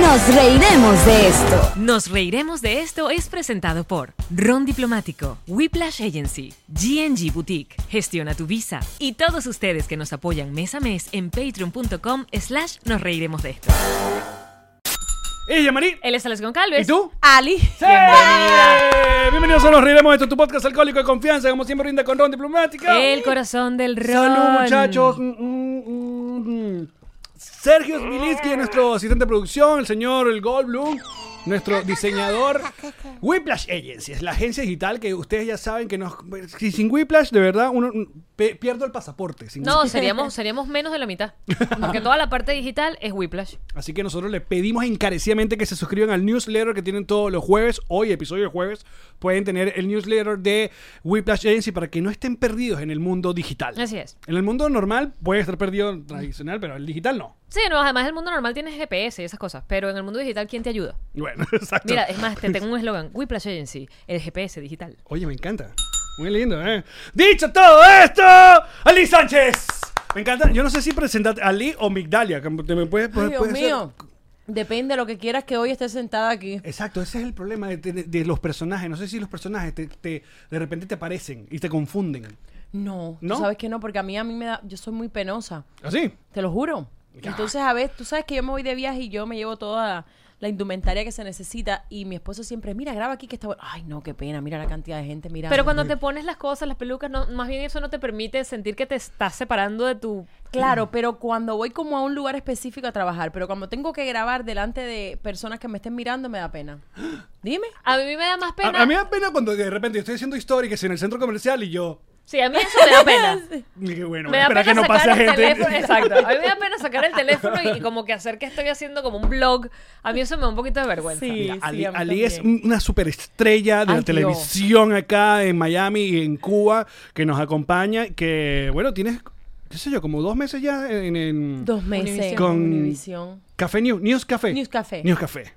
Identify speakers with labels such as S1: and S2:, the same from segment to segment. S1: Nos reiremos de esto.
S2: Nos reiremos de esto es presentado por Ron Diplomático, Whiplash Agency, GNG Boutique, Gestiona tu Visa y todos ustedes que nos apoyan mes a mes en patreon.com slash nos reiremos de esto.
S3: Y Yamari.
S2: Él es Alex Goncalves.
S3: ¿Y tú?
S2: Ali.
S3: ¡Sí!
S2: Eh, Bienvenida.
S3: Bienvenidos a Nos Reiremos de Esto, tu podcast alcohólico de confianza, como siempre brinda con Ron Diplomática. Mm,
S2: El corazón del Ron.
S3: Salud, muchachos. Mm, mm, mm, mm. Sergio Smilinski, nuestro asistente de producción, el señor El Goldblum, nuestro diseñador. Whiplash Agency es la agencia digital que ustedes ya saben que nos. si Sin Whiplash, de verdad, uno mm, pe- pierdo el pasaporte. Sin
S2: No, seríamos, seríamos menos de la mitad. Porque toda la parte digital es Whiplash.
S3: Así que nosotros les pedimos encarecidamente que se suscriban al newsletter que tienen todos los jueves. Hoy, episodio de jueves, pueden tener el newsletter de Whiplash Agency para que no estén perdidos en el mundo digital.
S2: Así es.
S3: En el mundo normal puede estar perdido tradicional, pero el digital no.
S2: Sí, no, además el mundo normal tiene GPS y esas cosas. Pero en el mundo digital, ¿quién te ayuda?
S3: Bueno, exacto.
S2: Mira, es más, te tengo un eslogan. Whiplash Agency, el GPS digital.
S3: Oye, me encanta. Muy lindo, ¿eh? Dicho todo esto, Ali Sánchez. Me encanta. Yo no sé si presentarte Ali o Migdalia. que te- me puedes-
S4: Ay,
S3: puedes-
S4: Dios
S3: puedes ser-
S4: mío. Depende de lo que quieras que hoy esté sentada aquí.
S3: Exacto, ese es el problema de, de- de los personajes. No sé si los personajes te- te- de repente te aparecen y te confunden.
S4: No,
S3: ¿No?
S4: ¿tú sabes que no, porque a mí a mí me da, yo soy muy penosa,
S3: ¿Así?
S4: te lo juro. Entonces, a ver, tú sabes que yo me voy de viaje y yo me llevo toda la indumentaria que se necesita y mi esposo siempre, mira, graba aquí que está bueno. Ay, no, qué pena, mira la cantidad de gente, mira.
S2: Pero cuando te pones las cosas, las pelucas, no, más bien eso no te permite sentir que te estás separando de tu...
S4: Claro, pero cuando voy como a un lugar específico a trabajar, pero cuando tengo que grabar delante de personas que me estén mirando, me da pena. Dime.
S2: A mí me da más pena...
S3: A, a mí me da pena cuando de repente estoy haciendo históricas en el centro comercial y yo.
S2: Sí, a mí eso me da pena.
S3: y que bueno,
S2: Me da
S3: espera
S2: pena
S3: que no
S2: sacar
S3: pase
S2: el
S3: gente.
S2: teléfono. Exacto. A mí me da pena sacar el teléfono y, y como que hacer que estoy haciendo como un blog. A mí eso me da un poquito de vergüenza.
S4: Sí.
S3: Mira, Ali,
S4: a mí
S3: Ali es
S4: también.
S3: una superestrella de
S4: Ay,
S3: la
S4: Dios.
S3: televisión acá en Miami y en Cuba que nos acompaña. Que bueno, tienes, qué sé yo, como dos meses ya en, en
S4: Dos meses.
S2: Univision.
S3: Con-
S4: Univisión.
S3: Café News, News Café.
S4: News Café.
S3: News Café.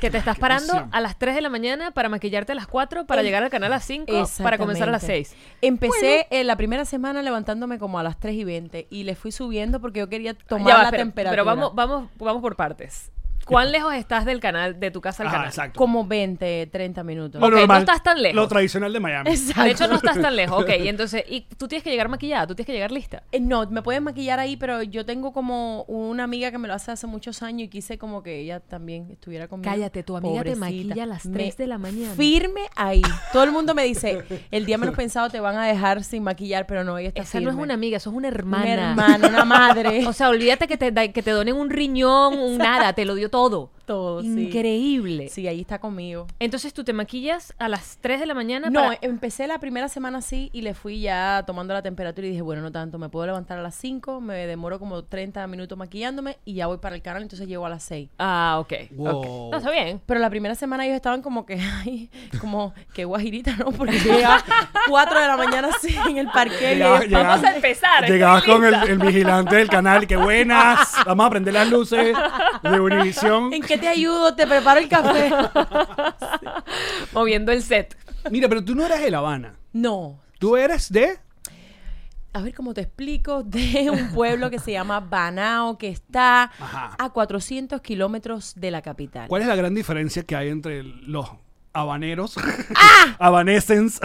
S2: Que te estás parando
S3: emoción.
S2: a las 3 de la mañana para maquillarte a las 4, para llegar al canal a las 5, para comenzar a las 6.
S4: Empecé eh, la primera semana levantándome como a las 3 y 20 y le fui subiendo porque yo quería tomar
S2: Ah, Ya va,
S4: la
S2: pero,
S4: temperatura.
S2: pero vamos, vamos, vamos por partes. ¿Cuán lejos estás del canal, de tu casa al
S3: Ajá,
S2: canal?
S3: exacto.
S4: Como 20, 30 minutos.
S3: Lo
S2: Ok, no estás tan lejos.
S3: Lo tradicional de Miami.
S4: Exacto.
S2: De hecho, no estás tan lejos. Ok, y entonces, y tú tienes que llegar maquillada, tú tienes que llegar lista.
S4: Eh, No, me pueden maquillar ahí, pero yo tengo como una amiga que me lo hace hace muchos años y quise como que ella también estuviera conmigo.
S2: Cállate, tu amiga te maquilla a las
S4: Me
S2: 3 de la mañana.
S4: Firme ahí. Todo el mundo me dice, el día menos pensado te van a dejar sin maquillar, pero no, ella está
S2: Esa no es
S4: firme.
S2: una amiga, eso es una hermana.
S4: Eh, Una hermana, una madre.
S2: O sea, olvídate que te, da- que te donen un riñón, un nada, te lo dio todo.
S4: Todo, sí.
S2: Increíble.
S4: sí, ahí está conmigo.
S2: Entonces tú te maquillas a las 3 de la mañana.
S4: No, eh,
S2: para-
S4: empecé la primera semana así y le fui ya tomando la temperatura y dije, bueno, no tanto, me puedo levantar a las 5, me demoro como 30 minutos maquillándome y ya voy para el canal, entonces llego a las 6.
S2: Ah, ok.
S3: Wow.
S2: ok. No, está bien.
S4: Pero la primera semana ellos estaban como que, ay, como que guajirita, ¿no? Porque llegaba 4 de la mañana así en el parque.
S3: Llegaba-
S4: y ellos,
S3: llegaba-
S4: "Vamos a empezar".
S2: empezar.
S3: Llegabas con el, el vigilante del canal y que buenas, vamos a prender las luces de Univisión.
S4: ¿En qué te ayudo? Te preparo el café.
S2: Moviendo el set.
S3: Mira, pero tú no eras de La Habana.
S4: No.
S3: Tú eres de.
S4: A ver cómo te explico, de un pueblo que se llama Banao, que está
S3: Ajá.
S4: a 400 kilómetros de la capital.
S3: ¿Cuál es la gran diferencia que hay entre los habaneros. Evanescence. Evanescence.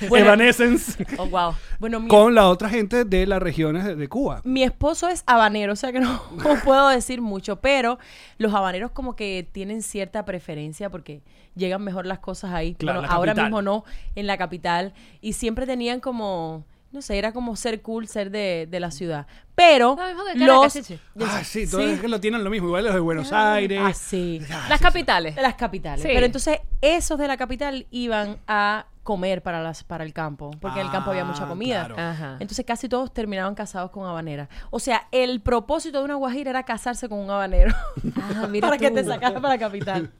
S4: ¡Ah! Bueno.
S3: Evanescence.
S4: Oh, wow. Bueno, mi,
S3: Con la otra gente de las regiones de- de Cuba.
S4: mi esposo es habanero, o sea que no, no puedo decir mucho, pero los habaneros como que tienen cierta preferencia porque llegan mejor las cosas ahí.
S3: Claro,
S4: bueno,
S3: la
S4: ahora
S3: capital.
S4: mismo no, en la capital. Y siempre tenían como, no sé, era como ser cool, ser de, de la ciudad. Pero
S2: Lo mismo que
S4: los...
S2: Caracas, chichi.
S3: Ah, sí, todos
S4: Sí.
S3: es que lo tienen lo mismo. Igual los de Buenos Aires.
S4: Ah, sí.
S2: Las capitales.
S4: De las capitales.
S2: Eh. Sí.
S4: Pero entonces esos de la capital iban a comer para las para el campo, porque en el campo había mucha
S3: Ah,
S4: comida.
S3: claro.
S2: Ajá.
S4: Entonces casi todos terminaban casados con habanera. O sea, el propósito de una guajira era casarse con un habanero.
S2: Ah, mira
S4: para que
S2: tú.
S4: te sacara para la capital.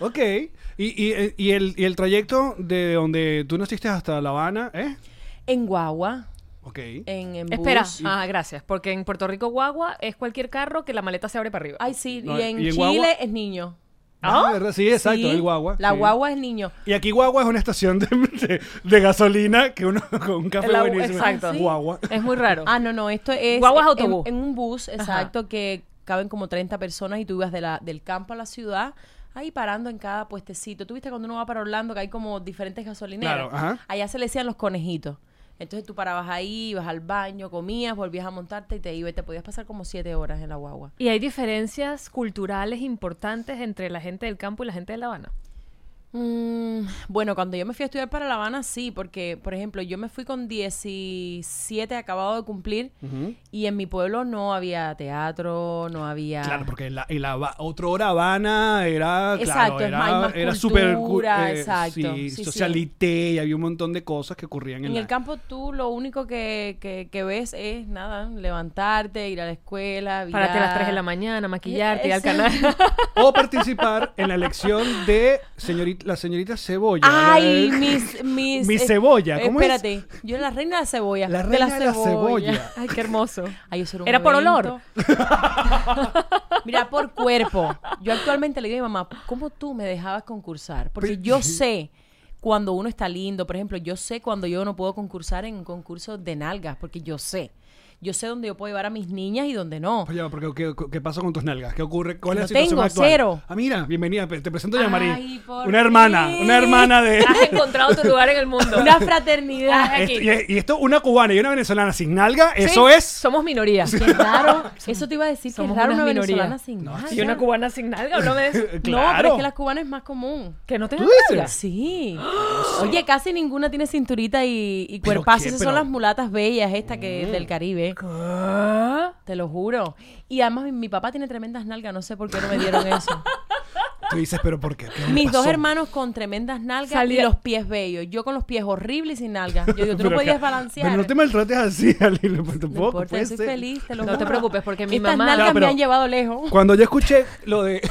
S3: Ok. Y, y- y el, y el trayecto de donde tú naciste hasta La Habana, ¿eh?
S4: En guagua,
S3: Ok.
S4: en, en
S2: Espera.
S4: bus.
S2: Ah, gracias. Porque en Puerto Rico, guagua es cualquier carro que la maleta se abre para arriba.
S4: Ay, sí.
S3: No,
S4: y en
S3: ¿y en
S4: Chile
S3: guagua?
S4: es niño.
S3: Ah, ¿verdad? Sí, exacto,
S4: Sí,
S3: el guagua.
S4: La
S3: sí.
S4: guagua es niño.
S3: Y aquí guagua es una estación de, de- de gasolina que uno con un café
S2: La-
S3: buenísimo.
S2: exacto.
S3: Guagua.
S2: Es muy raro.
S4: Ah, no, no, esto es.
S2: Guagua es
S4: en-
S2: autobús.
S4: En, un bus, exacto, que caben como 30 personas y tú ibas de la, del campo a la ciudad, ahí parando en cada puestecito. Tú viste cuando uno va para Orlando que hay como diferentes gasolineras.
S3: Claro, ajá.
S4: Allá se le decían los conejitos. Entonces tú parabas ahí, ibas al baño, comías, volvías a montarte y te ibas. Te podías pasar como siete horas en la guagua.
S2: Y hay diferencias culturales importantes entre la gente del campo y la gente de La Habana.
S4: Mm, bueno, cuando yo me fui a estudiar para La Habana, sí, porque, por ejemplo, yo me fui con 17 acabado de cumplir y en mi pueblo no había teatro, no había...
S3: Claro, porque la, y la Haba- otro hora Habana era,
S4: Exacto,
S3: claro,
S4: es más- hay
S3: era,
S4: más
S3: era
S4: cultura,
S3: súper cu- eh,
S4: exacto,
S3: sí,
S4: sí, sí.
S3: socialité y había un montón de cosas que ocurrían en,
S4: En
S3: la-
S4: el campo tú lo único que, que- que ves es nada, levantarte, ir a la escuela, virar.
S2: Pararte a las 3 de la mañana, maquillarte, ir al canal.
S3: o participar en la elección de señorita, la señorita Cebolla.
S4: Ay,
S3: Eh,
S4: mis, mis
S3: Mi cebolla, ¿cómo es?
S4: espérate, yo era la reina de la cebolla.
S3: La
S4: de la
S3: reina de la cebolla.
S2: Ay, qué hermoso.
S4: Ay, eso era un
S2: Era por
S4: evento.
S2: olor.
S4: Mira, por cuerpo. Yo actualmente le digo a mi mamá, ¿cómo tú me dejabas concursar? Porque yo sé cuando uno está lindo. Por ejemplo, yo sé cuando yo no puedo concursar en un concurso de nalgas, porque yo sé. Yo sé dónde yo puedo llevar a mis niñas y dónde no.
S3: Oye, porque, ¿qué, qué pasó con tus nalgas? ¿Qué ocurre? ¿Cuál
S4: No
S3: es la situación
S4: tengo,
S3: actual?
S4: cero.
S3: Ah, mira, bienvenida. Te presento a
S4: Ay,
S3: Marí.
S4: por
S3: Una hermana,
S4: fin.
S3: una hermana de...
S2: Has encontrado tu lugar en el mundo.
S4: Una fraternidad.
S2: aquí.
S3: Esto- Este, y, y esto, una cubana y una venezolana sin nalga, eso es...
S2: Somos minorías.
S4: Qué raro. Eso te iba a decir que es
S2: Somos
S4: raro
S2: unas
S4: una
S2: minorías.
S4: venezolana sin nada.
S2: Y una Ah, cubana sin nalga, ¿o no me des-
S4: No, pero
S3: Claro.
S4: es que la cubana es más común.
S2: Que no tenga
S3: ¿Tú dices?
S2: nalga.
S4: Sí. Oye, casi ninguna tiene cinturita y, y
S3: ¿Pero
S4: cuerpazo.
S3: qué?
S4: Esas
S3: Pero- Mm.
S4: son las mulatas bellas estas que del Caribe.
S2: Ah.
S4: Te lo juro. Y además mi, mi papá tiene tremendas nalgas. No sé por qué no me dieron eso.
S3: Tú dices, pero ¿por qué? ¿Qué me
S4: Mis dos
S3: pasó?
S4: hermanos con tremendas nalgas
S2: Salía-
S4: y los pies bellos. Yo con los pies horribles y sin nalgas. Yo digo, tú
S3: Pero
S4: no
S3: acá-
S4: podías balancear.
S3: Pero no te maltrates así, Alila, pues,
S4: No
S3: tampoco.
S4: importa,
S3: puede
S4: yo soy
S3: ser.
S4: feliz, te lo
S2: No te
S4: juro.
S2: preocupes, porque mi
S4: Estas
S2: mamá-
S4: nalgas
S3: No, pero-
S4: me han llevado lejos.
S3: Cuando yo escuché lo de...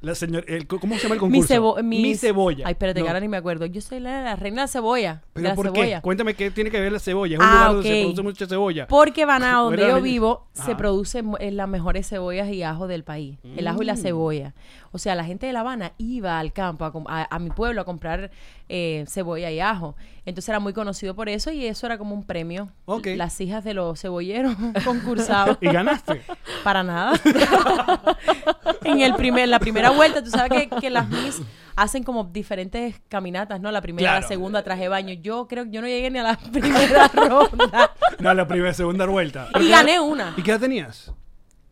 S3: La señor, el- ¿Cómo se llama el concurso?
S4: Mi, cebo- mis-
S3: Mi cebolla.
S4: Ay, espérate,
S3: No,
S4: que ahora ni me acuerdo. Yo soy la, la reina de la cebolla. de
S3: ¿Pero
S4: la
S3: por
S4: cebolla.
S3: qué? Cuéntame qué tiene que ver la cebolla. Es un
S4: Ah,
S3: lugar donde
S4: ok.
S3: se produce mucha cebolla.
S4: Porque Banao, donde
S3: Fuera
S4: yo
S3: de-
S4: vivo, se
S3: Ajá.
S4: producen mu- eh, las mejores cebollas y ajo del país. El ajo y
S3: Mm.
S4: la cebolla. O sea, la gente de La Habana iba al campo, a, com- a- a mi pueblo, a comprar eh, cebolla y ajo. Entonces era muy conocido por eso y eso era como un premio.
S3: Ok.
S4: Las hijas de los cebolleros concursaban.
S3: Y ganaste.
S4: Para nada. en el primer, la primera vuelta, tú sabes que, que las Miss hacen como diferentes caminatas, ¿no? La primera,
S3: Claro.
S4: la segunda, traje de baño. Yo creo que yo no llegué ni a la primera ronda.
S3: No, la primera, segunda vuelta.
S4: Y gané una.
S3: ¿Y qué edad tenías?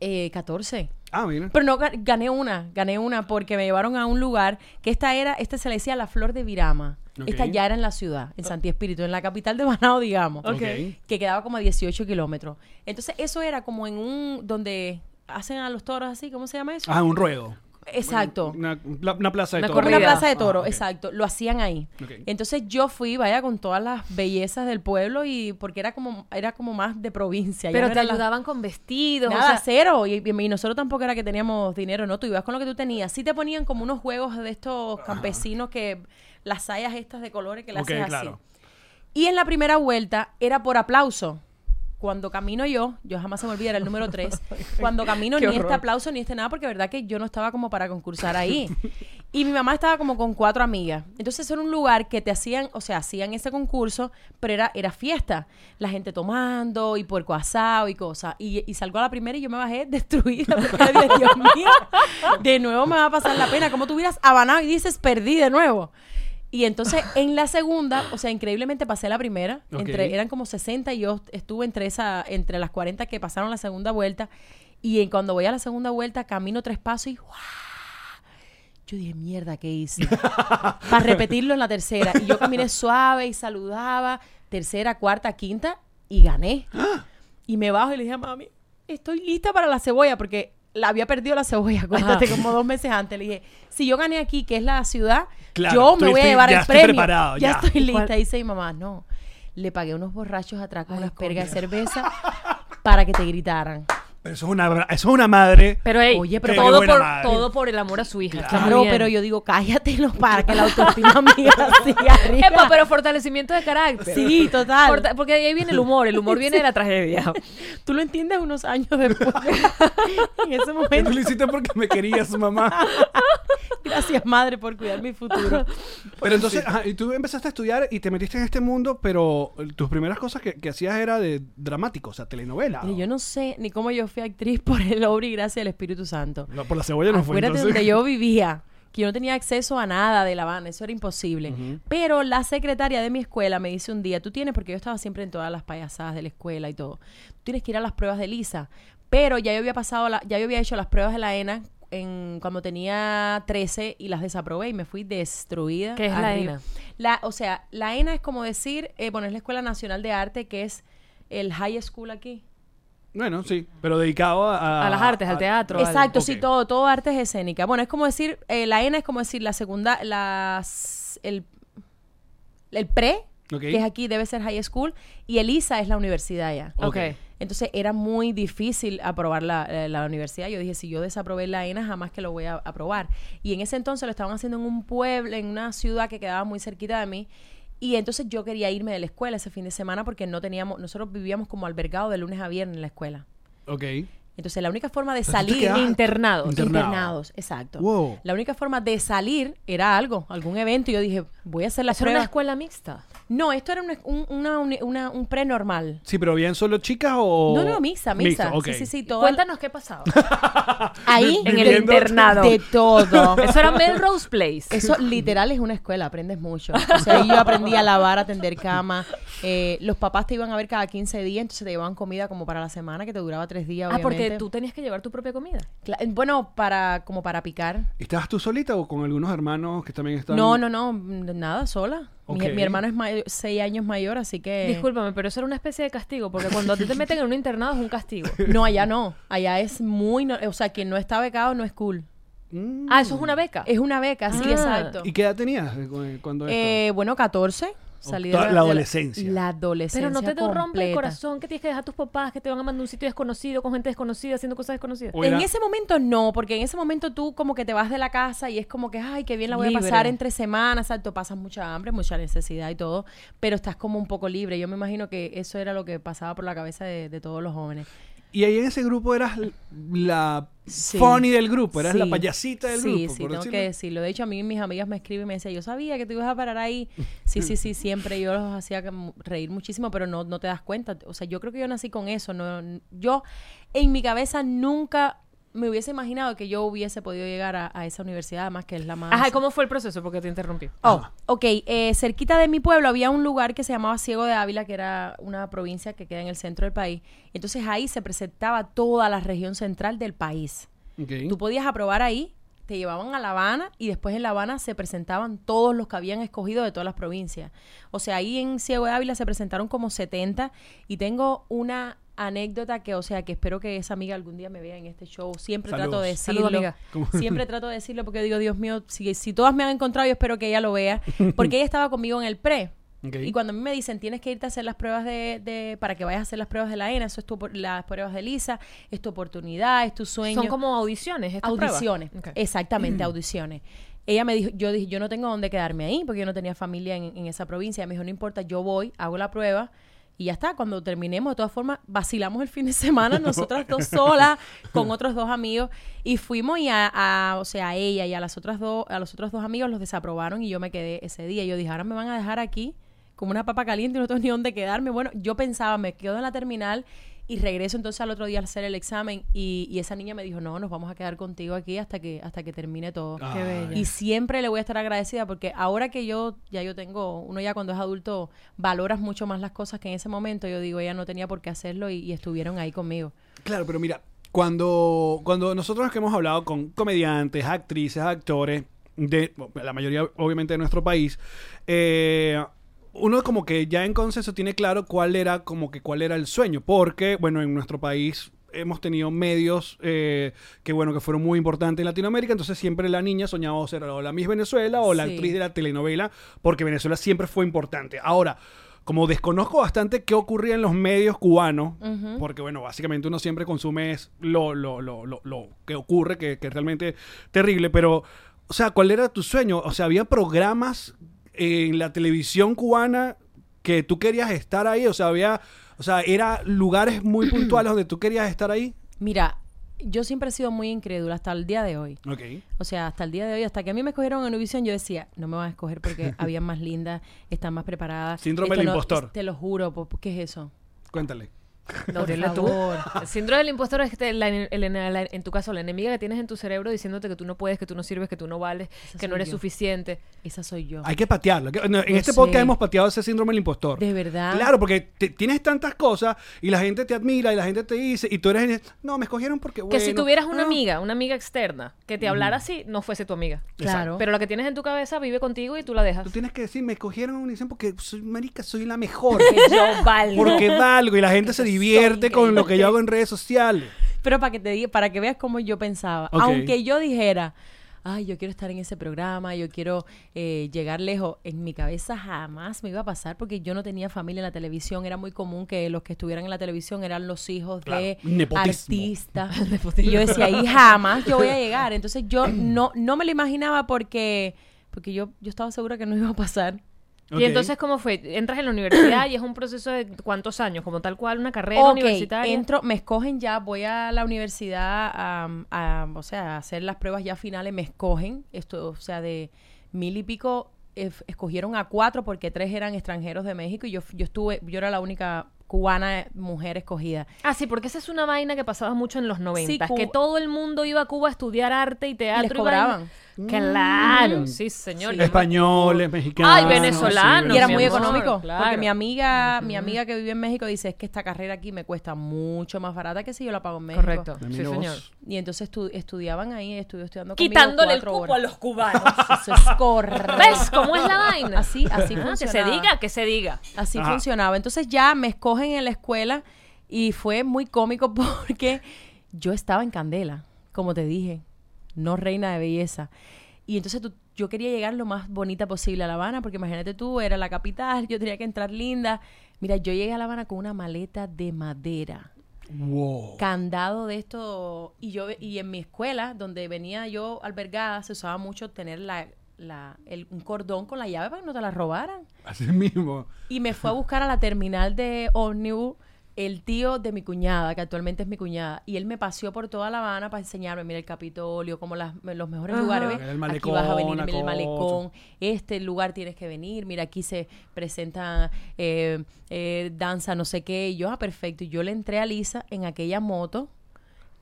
S4: Eh, 14.
S3: Ah, mira.
S4: Pero no, ga- gané una, gané una porque me llevaron a un lugar que esta era, esta se le decía la flor de Virama.
S3: Ok.
S4: Esta ya era en la ciudad, en Santi Espíritu, en la capital de Banao, digamos.
S3: Ok.
S4: Que quedaba como a 18 kilómetros. Entonces, eso era como en un, donde hacen a los toros así, ¿cómo se llama eso?
S3: Ah, un ruedo.
S4: Exacto.
S3: Una, la- una plaza de
S2: Una
S3: toros.
S2: corrida.
S4: Como una plaza de
S3: Ah,
S4: toro,
S3: ok.
S4: exacto. Lo hacían ahí.
S3: Ok.
S4: Entonces yo fui, vaya, con todas las bellezas del pueblo y porque era como, era como más de provincia. ya
S2: Pero
S4: no
S2: te
S4: era la-
S2: ayudaban con vestidos. o
S4: Nada,
S2: sea,
S4: cero. Y, y nosotros tampoco era que teníamos dinero, ¿no? Tú ibas con lo que tú tenías. Sí te ponían como unos juegos de estos campesinos que las sayas estas de colores que las
S3: Ok,
S4: haces
S3: claro.
S4: así. Y en la primera vuelta era por aplauso. Cuando camino yo, yo jamás se me olvidará el número 3, cuando camino
S2: Qué
S4: ni este
S2: horror.
S4: aplauso ni este nada, porque verdad que yo no estaba como para concursar ahí. Y mi mamá estaba como con cuatro amigas. Entonces era un lugar que te hacían, o sea, hacían ese concurso, pero era, era fiesta. La gente tomando y puerco asado y cosas. Y, y salgo a la primera y yo me bajé destruida. Porque yo dije, Dios mío, de nuevo me va a pasar la pena. Como tú hubieras abanado y dices, perdí de nuevo. Y entonces en la segunda, o sea, increíblemente pasé la primera.
S3: Ok.
S4: Entre, eran como 60 y yo estuve entre, esa, entre las 40 que pasaron la segunda vuelta. Y en- cuando voy a la segunda vuelta, camino tres pasos y ¡guau! Yo dije, mierda, ¿qué hice? Para repetirlo en la tercera. Y yo caminé suave y saludaba. Tercera, cuarta, quinta y gané. Y me bajo y le dije a mami, estoy lista para la cebolla porque la había perdido la cebolla, acuérdate, como dos meses antes. Le dije, si yo gané aquí, que es la ciudad,
S3: Claro,
S4: yo me
S3: estoy-
S4: voy a
S3: estoy-
S4: llevar
S3: ya
S4: el
S3: estoy
S4: premio.
S3: preparado, ya.
S4: estoy
S2: ¿Y cuál-
S4: lista. Y dice mi mamá, no, le pagué unos borrachos atrás con unas pergas de cerveza para que te gritaran.
S3: Pero eso es una, eso es una madre.
S2: Pero, ey,
S4: Oye, pero
S3: qué
S2: todo,
S3: buena
S2: por,
S3: madre.
S2: todo por el amor a su hija. está muy
S4: Claro,
S2: bien.
S4: pero yo digo, cállatelo para que la autoestima mía siga arriba.
S2: Epa, pero fortalecimiento de carácter.
S4: Sí, total.
S2: Forta- porque de ahí viene el humor. El humor viene de la tragedia.
S4: Tú lo entiendes unos años después. en ese
S3: Que
S4: momento,
S3: tú lo hiciste porque me querías, mamá.
S4: gracias madre por cuidar mi futuro.
S3: Pero entonces, ajá, y tú empezaste a estudiar y te metiste en este mundo, pero tus primeras cosas que, que hacías era de dramático, o sea, telenovela.
S4: Mira, yo no sé ni cómo yo fui actriz por el obra y gracia del Espíritu Santo.
S3: No, por la cebolla no fue.
S4: Acuérdate
S3: entonces.
S4: donde yo vivía, que yo no tenía acceso a nada de La Habana, eso era imposible. Pero la secretaria de mi escuela me dice un día, tú tienes, porque yo estaba siempre en todas las payasadas de la escuela y todo, tú tienes que ir a las pruebas de Lisa. Pero ya yo había pasado, la- ya yo había hecho las pruebas de la ENA en, cuando tenía 13 y las desaprobé y me fui destruida.
S2: ¿Qué es la
S4: arriba.
S2: ENA?
S4: La- o sea, la ENA es como decir, eh, bueno, es la Escuela Nacional de Arte, que es el high school aquí.
S3: Bueno, sí, pero dedicado a...
S2: A las artes, al
S3: a-
S2: teatro. al-
S4: Exacto,
S3: Ok.
S4: sí, todo, todo arte es escénica. Bueno, es como decir, eh, la ENA es como decir la segunda, las, el, el pre,
S3: Ok.
S4: que es aquí, debe ser high school, y el ISA es la universidad ya.
S3: Ok.
S2: Ok.
S4: Entonces era muy difícil aprobar la, eh, la universidad. Yo dije, si yo desaprobé la ENA, jamás que lo voy a aprobar. Y en ese entonces lo estaban haciendo en un pueblo, en una ciudad que quedaba muy cerquita de mí. Y entonces yo quería irme de la escuela ese fin de semana porque no teníamos, nosotros vivíamos como albergados de lunes a viernes en la escuela.
S3: Ok.
S4: Entonces la única forma de
S3: sea, tú te
S4: salir
S3: quedabas
S2: internados.
S3: internado.
S4: Internados, exacto.
S3: Wow.
S4: La única forma de salir era algo, algún evento. Y yo dije, voy a hacer la
S2: Eso era una
S4: prueba.
S2: escuela mixta.
S4: No, esto era una- un, una uni- una- un pre-normal.
S3: Sí, pero bien solo chicas o...
S4: No, no, misa, misa.
S3: Mixto, Oh, ok.
S4: Sí, sí, sí. todo-
S2: Cuéntanos qué pasaba.
S4: Ahí,
S2: en el internado.
S4: De todo.
S2: Eso era Melrose Place.
S4: Eso literal es una escuela, aprendes mucho. O sea, ahí yo aprendí a lavar, a tender cama. Eh, los papás te iban a ver cada 15 días, entonces te llevaban comida como para la semana, que te duraba tres días,
S2: Ah, porque
S4: obviamente.
S2: tú tenías que llevar tu propia comida.
S4: Cla- Bueno, para, como para picar.
S3: ¿Estabas tú solita o con algunos hermanos que también están...?
S4: No, no, no, n- nada, sola. Mi-
S3: Ok.
S4: Mi, hermano es may- seis años mayor, así
S2: Eh.
S4: que...
S2: Discúlpame, pero eso era una especie de castigo, porque cuando a ti te meten en un internado es un castigo.
S4: No, allá no. Allá es muy... no- o sea, quien no está becado no es cool.
S3: Mm.
S2: Ah, eso es una beca.
S4: Es una beca, sí,
S2: Ah.
S4: exacto.
S3: ¿Y qué edad tenías eh, cu- cuando esto?
S4: Eh, bueno, 14. Salí de
S3: toda la
S4: de
S3: adolescencia.
S4: La adolescencia
S2: Pero no te rompe el
S4: completa.
S2: corazón que tienes que dejar a tus papás, que te van a mandar a un sitio desconocido, con gente desconocida, haciendo cosas desconocidas.
S3: O
S4: En
S3: era-
S4: ese momento no, porque en ese momento tú como que te vas de la casa y es como que, ay, qué bien la voy
S2: Libre.
S4: a pasar entre semanas, exacto, pasas mucha hambre, mucha necesidad y todo, pero estás como un poco libre. Yo me imagino que eso era lo que pasaba por la cabeza de, de todos los jóvenes.
S3: Y ahí en ese grupo eras l- la
S4: Sí.
S3: funny del grupo, eras la
S4: Sí.
S3: payasita del
S4: sí,
S3: grupo.
S4: Sí,
S3: por
S4: tengo
S3: decirlo.
S4: que decirlo. De hecho, a mí mis amigas me escriben y me decían, yo sabía que tú ibas a parar ahí. Sí, sí, sí, siempre yo los hacía que mu- reír muchísimo, pero no, no te das cuenta. O sea, yo creo que yo nací con eso. No, n- yo en mi cabeza nunca me hubiese imaginado que yo hubiese podido llegar a, a esa universidad, además que es la más...
S2: Ajá, ¿y ¿cómo fue el proceso? Porque te interrumpí.
S4: Oh, ok. eh, cerquita de mi pueblo había un lugar que se llamaba Ciego de Ávila, que era una provincia que queda en el centro del país. Entonces ahí se presentaba toda la región central del país.
S3: Ok.
S4: Tú podías aprobar ahí, te llevaban a La Habana y después en La Habana se presentaban todos los que habían escogido de todas las provincias. O sea, ahí en Ciego de Ávila se presentaron como 70 y tengo una anécdota que, o sea, que espero que esa amiga algún día me vea en este show. Siempre trato de
S3: Saludos.
S4: decirlo.
S2: Saludos, amiga.
S3: ¿Cómo?
S4: Siempre trato de decirlo porque digo, Dios mío, si, si todas me han encontrado, yo espero que ella lo vea. Porque ella estaba conmigo en el pre.
S3: Ok.
S4: Y cuando a mí me dicen, tienes que irte a hacer las pruebas de, de- para que vayas a hacer las pruebas de la ENA, eso es tu, opor- las pruebas de Lisa, es tu oportunidad, es tu sueño.
S2: Son como audiciones. estas pruebas.
S4: Audiciones,
S2: Ok.
S4: exactamente, audiciones. Ella me dijo, yo dije, yo no tengo dónde quedarme ahí porque yo no tenía familia en, en esa provincia. Ella me dijo, no importa, yo voy, hago la prueba Y ya está, cuando terminemos, de todas formas, vacilamos el fin de semana nosotras dos solas, con otros dos amigos, y fuimos y a, a- o sea, a ella y a las otras dos, a los otros dos amigos los desaprobaron y yo me quedé ese día. Yo dije, ahora me van a dejar aquí como una papa caliente y no tengo ni dónde quedarme. Bueno, yo pensaba, me quedo en la terminal y regreso entonces al otro día a hacer el examen y, y esa niña me dijo, no, nos vamos a quedar contigo aquí hasta que, hasta que termine todo.
S3: Ay.
S4: Y siempre le voy a estar agradecida porque ahora que yo, ya yo tengo, uno ya cuando es adulto valoras mucho más las cosas que en ese momento, yo digo, ella no tenía por qué hacerlo y, y estuvieron ahí conmigo.
S3: Claro, pero mira, cuando, cuando nosotros que hemos hablado con comediantes, actrices, actores, de bueno, la mayoría obviamente de nuestro país, eh, uno como que ya en consenso tiene claro cuál era como que cuál era el sueño, porque bueno, en nuestro país hemos tenido medios eh, que bueno que fueron muy importantes en Latinoamérica, entonces siempre la niña soñaba o ser o la Miss Venezuela o la
S4: Sí.
S3: actriz de la telenovela, porque Venezuela siempre fue importante. Ahora, como desconozco bastante qué ocurría en los medios cubanos, porque bueno, básicamente uno siempre consume es lo, lo, lo, lo, lo que ocurre, que, que es realmente terrible, pero, o sea, ¿cuál era tu sueño? O sea, ¿había programas en la televisión cubana que tú querías estar ahí? O sea, había, o sea, ¿era lugares muy puntuales donde tú querías estar ahí?
S4: Mira, yo siempre he sido muy incrédula hasta el día de hoy.
S3: Ok.
S4: O sea, hasta el día de hoy, hasta que a mí me escogieron en Univision, yo decía, no me van a escoger porque habían más lindas, están más preparadas.
S3: Síndrome
S4: Esto
S3: del
S4: no-
S3: impostor.
S4: Te lo juro, po- ¿qué es eso?
S3: Cuéntale.
S2: No,
S4: Por
S2: dile tú.
S4: favor.
S2: El síndrome del impostor es que la- el- el- la- en tu caso, la enemiga que tienes en tu cerebro diciéndote que tú no puedes, que tú no sirves, que tú no vales,
S4: Esa
S2: que no
S4: soy
S2: eres
S4: yo.
S2: suficiente.
S4: Esa soy yo.
S3: Hay que patearlo. hay que- no, en
S4: Yo
S3: este podcast
S4: sé.
S3: hemos pateado ese síndrome del impostor.
S4: De verdad.
S3: Claro, porque te- tienes tantas cosas y la gente te admira y la gente te dice y tú eres... el- No, me escogieron porque... ah,
S2: que si tuvieras una amiga, una amiga externa, que te hablara así, no fuese tu amiga.
S4: Claro.
S2: Pero la que tienes en tu cabeza vive contigo y tú la dejas.
S3: Tú tienes que decir, me escogieron en Univision porque soy marica, soy la mejor.
S2: Yo valgo.
S3: porque valgo y la gente se divierte con lo que yo hago en redes sociales.
S4: Pero para que te diga, para que veas cómo yo pensaba,
S3: Ok.
S4: aunque yo dijera, ay, yo quiero estar en ese programa, yo quiero eh, llegar lejos, en mi cabeza jamás me iba a pasar porque yo no tenía familia en la televisión, era muy común que los que estuvieran en la televisión eran los hijos de
S3: Claro, nepotismo.
S4: artistas. y yo decía, ahí jamás yo voy a llegar. Entonces yo no, no me lo imaginaba porque, porque yo, yo estaba segura que no iba a pasar.
S2: Y
S3: Ok.
S2: entonces, ¿cómo fue? Entras en la universidad y es un proceso de cuántos años, como tal cual, una carrera
S4: Ok,
S2: universitaria.
S4: entro, me escogen ya, voy a la universidad am, a, o sea, a hacer las pruebas ya finales, me escogen, esto, o sea, de mil y pico, ef- escogieron a cuatro porque tres eran extranjeros de México y yo, f- yo estuve, yo era la única cubana eh, mujer escogida.
S2: Ah, sí, porque esa es una vaina que pasaba mucho en los 90,
S4: Cu-
S2: que todo el mundo iba a Cuba a estudiar arte y teatro. y
S4: cobraban.
S2: vaina. Mm. Claro, sí, señor. yo me-
S3: Españoles, mexicanos.
S2: Ay, venezolanos,
S3: sí,
S4: y era
S2: mi
S4: muy
S2: amor,
S4: económico porque
S2: claro.
S4: mi amiga mi amiga que vive en México dice es que esta carrera aquí me cuesta mucho más barata que si yo la pago en México
S2: Correcto,
S3: Dame
S2: sí,
S3: la
S2: señor.
S3: voz.
S4: y entonces estu- estudiaban ahí estudió estudiando conmigo
S2: Quitándole el
S4: cuatro
S2: cupo
S4: horas.
S2: a los cubanos.
S4: Eso es correcto.
S2: ¿Ves cómo es la vaina?
S4: Así, así
S2: Ah,
S4: funcionaba.
S2: que se diga, que se diga.
S4: Así
S3: Ajá.
S4: funcionaba. Entonces ya me escogen en la escuela y fue muy cómico porque yo estaba en Candela, como te dije, no reina de belleza. Y entonces tú- yo quería llegar lo más bonita posible a La Habana, porque imagínate tú, era la capital, yo tenía que entrar linda. Mira, yo llegué a La Habana con una maleta de madera
S3: Wow.
S4: candado de esto y yo y en mi escuela donde venía yo albergada se usaba mucho tener la, la- el- un cordón con la llave para que no te la robaran
S3: Así mismo.
S4: y me fue a buscar a la terminal de ómnibus el tío de mi cuñada, que actualmente es mi cuñada, y él me paseó por toda La Habana para enseñarme, mira el Capitolio, como las, los mejores lugares, ¿ves?
S3: Mira el
S4: aquí vas a
S3: malecón,
S4: venir,
S3: la
S4: mira el
S3: cosa.
S4: malecón, este lugar tienes que venir, mira aquí se presenta eh, eh, danza, no sé qué, y yo, ah, perfecto, y yo le entré a Lisa en aquella moto,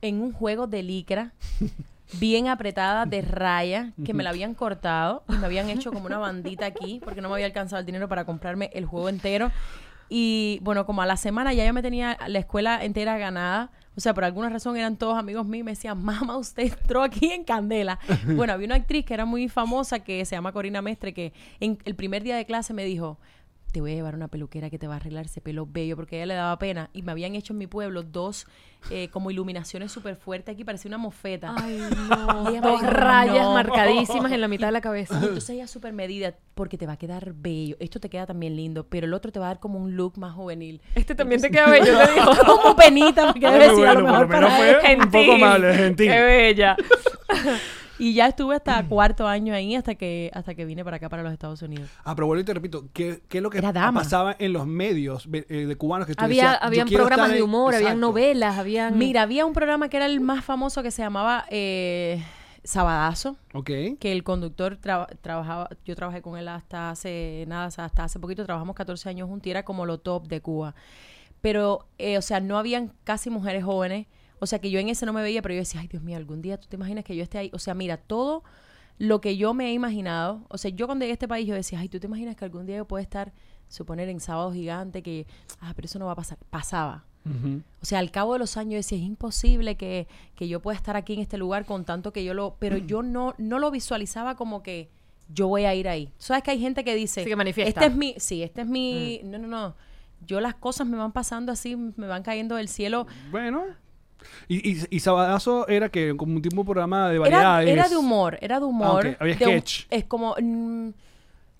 S4: en un juego de licra, bien apretada de raya, que me la habían cortado y me habían hecho como una bandita aquí, porque no me había alcanzado el dinero para comprarme el juego entero. Y bueno, como a la semana ya yo me tenía la escuela entera ganada. O sea, por alguna razón eran todos amigos míos y me decían, mamá, usted entró aquí en Candela. Bueno, había una actriz que era muy famosa que se llama Corina Mestre, que en el primer día de clase me dijo, te voy a llevar una peluquera que te va a arreglar ese pelo bello, porque a ella le daba pena. Y me habían hecho en mi pueblo dos eh, como iluminaciones súper fuertes. Aquí parecía una mofeta.
S2: Ay, no.
S4: Ella me
S2: Dos
S4: dijo,
S2: rayas
S4: no.
S2: marcadísimas en la mitad de la cabeza.
S4: Y entonces ella es súper medida porque te va a quedar bello. Esto te queda también lindo, pero el otro te va a dar como un look más juvenil.
S2: Este también te queda bello, te digo.
S4: como penita, porque debe
S3: Bueno,
S4: ser a lo
S3: bueno,
S4: mejor
S3: por lo
S4: para
S3: menos fue un poco amable, gentil.
S2: Qué bella.
S4: Y ya estuve hasta cuarto año ahí hasta que, hasta que vine para acá, para los Estados Unidos.
S3: Ah, pero vuelvo y te repito, ¿qué, qué es lo que
S4: Era dama.
S3: pasaba en los medios ve- eh, de cubanos que tú
S2: Había,
S3: decías, yo
S2: habían
S3: quiero
S2: programas
S3: estar
S2: de
S3: en-
S2: humor, habían
S3: Exacto.
S2: novelas, habían...
S4: Mira, había un programa que era el más famoso que se llamaba eh, Sabadazo.
S3: Ok.
S4: que el conductor traba- trabajaba, yo trabajé con él hasta hace nada, o sea, hasta hace poquito, trabajamos 14 años juntos y era como lo top de Cuba. Pero, eh, o sea, no habían casi mujeres jóvenes, o sea, que yo en ese no me veía, pero yo decía, ay Dios mío, algún día tú te imaginas que yo esté ahí, o sea, mira, todo lo que yo me he imaginado, o sea, yo cuando llegué a este país yo decía, ay, tú te imaginas que algún día yo pueda estar, suponer, en Sábado Gigante, que, ah, pero eso no va a pasar, pasaba.
S3: Ujú.
S4: O sea, al cabo de los años yo decía, es imposible que, que yo pueda estar aquí en este lugar con tanto que yo lo... Pero yo no, no lo visualizaba como que yo voy a ir ahí. ¿Sabes que hay gente que dice...
S2: Sí, que manifiesta. Mm.
S4: Este es mi... Sí, este es mi... No, no, no. Yo las cosas me van pasando así, me van cayendo del cielo.
S3: Bueno. Y, y, y Sabadazo era que como un tipo de programa de
S4: Era,
S3: variedades. Ah,
S4: era de humor, era de humor.
S3: ok. Había
S4: de un-
S3: sketch.
S4: es como... mm,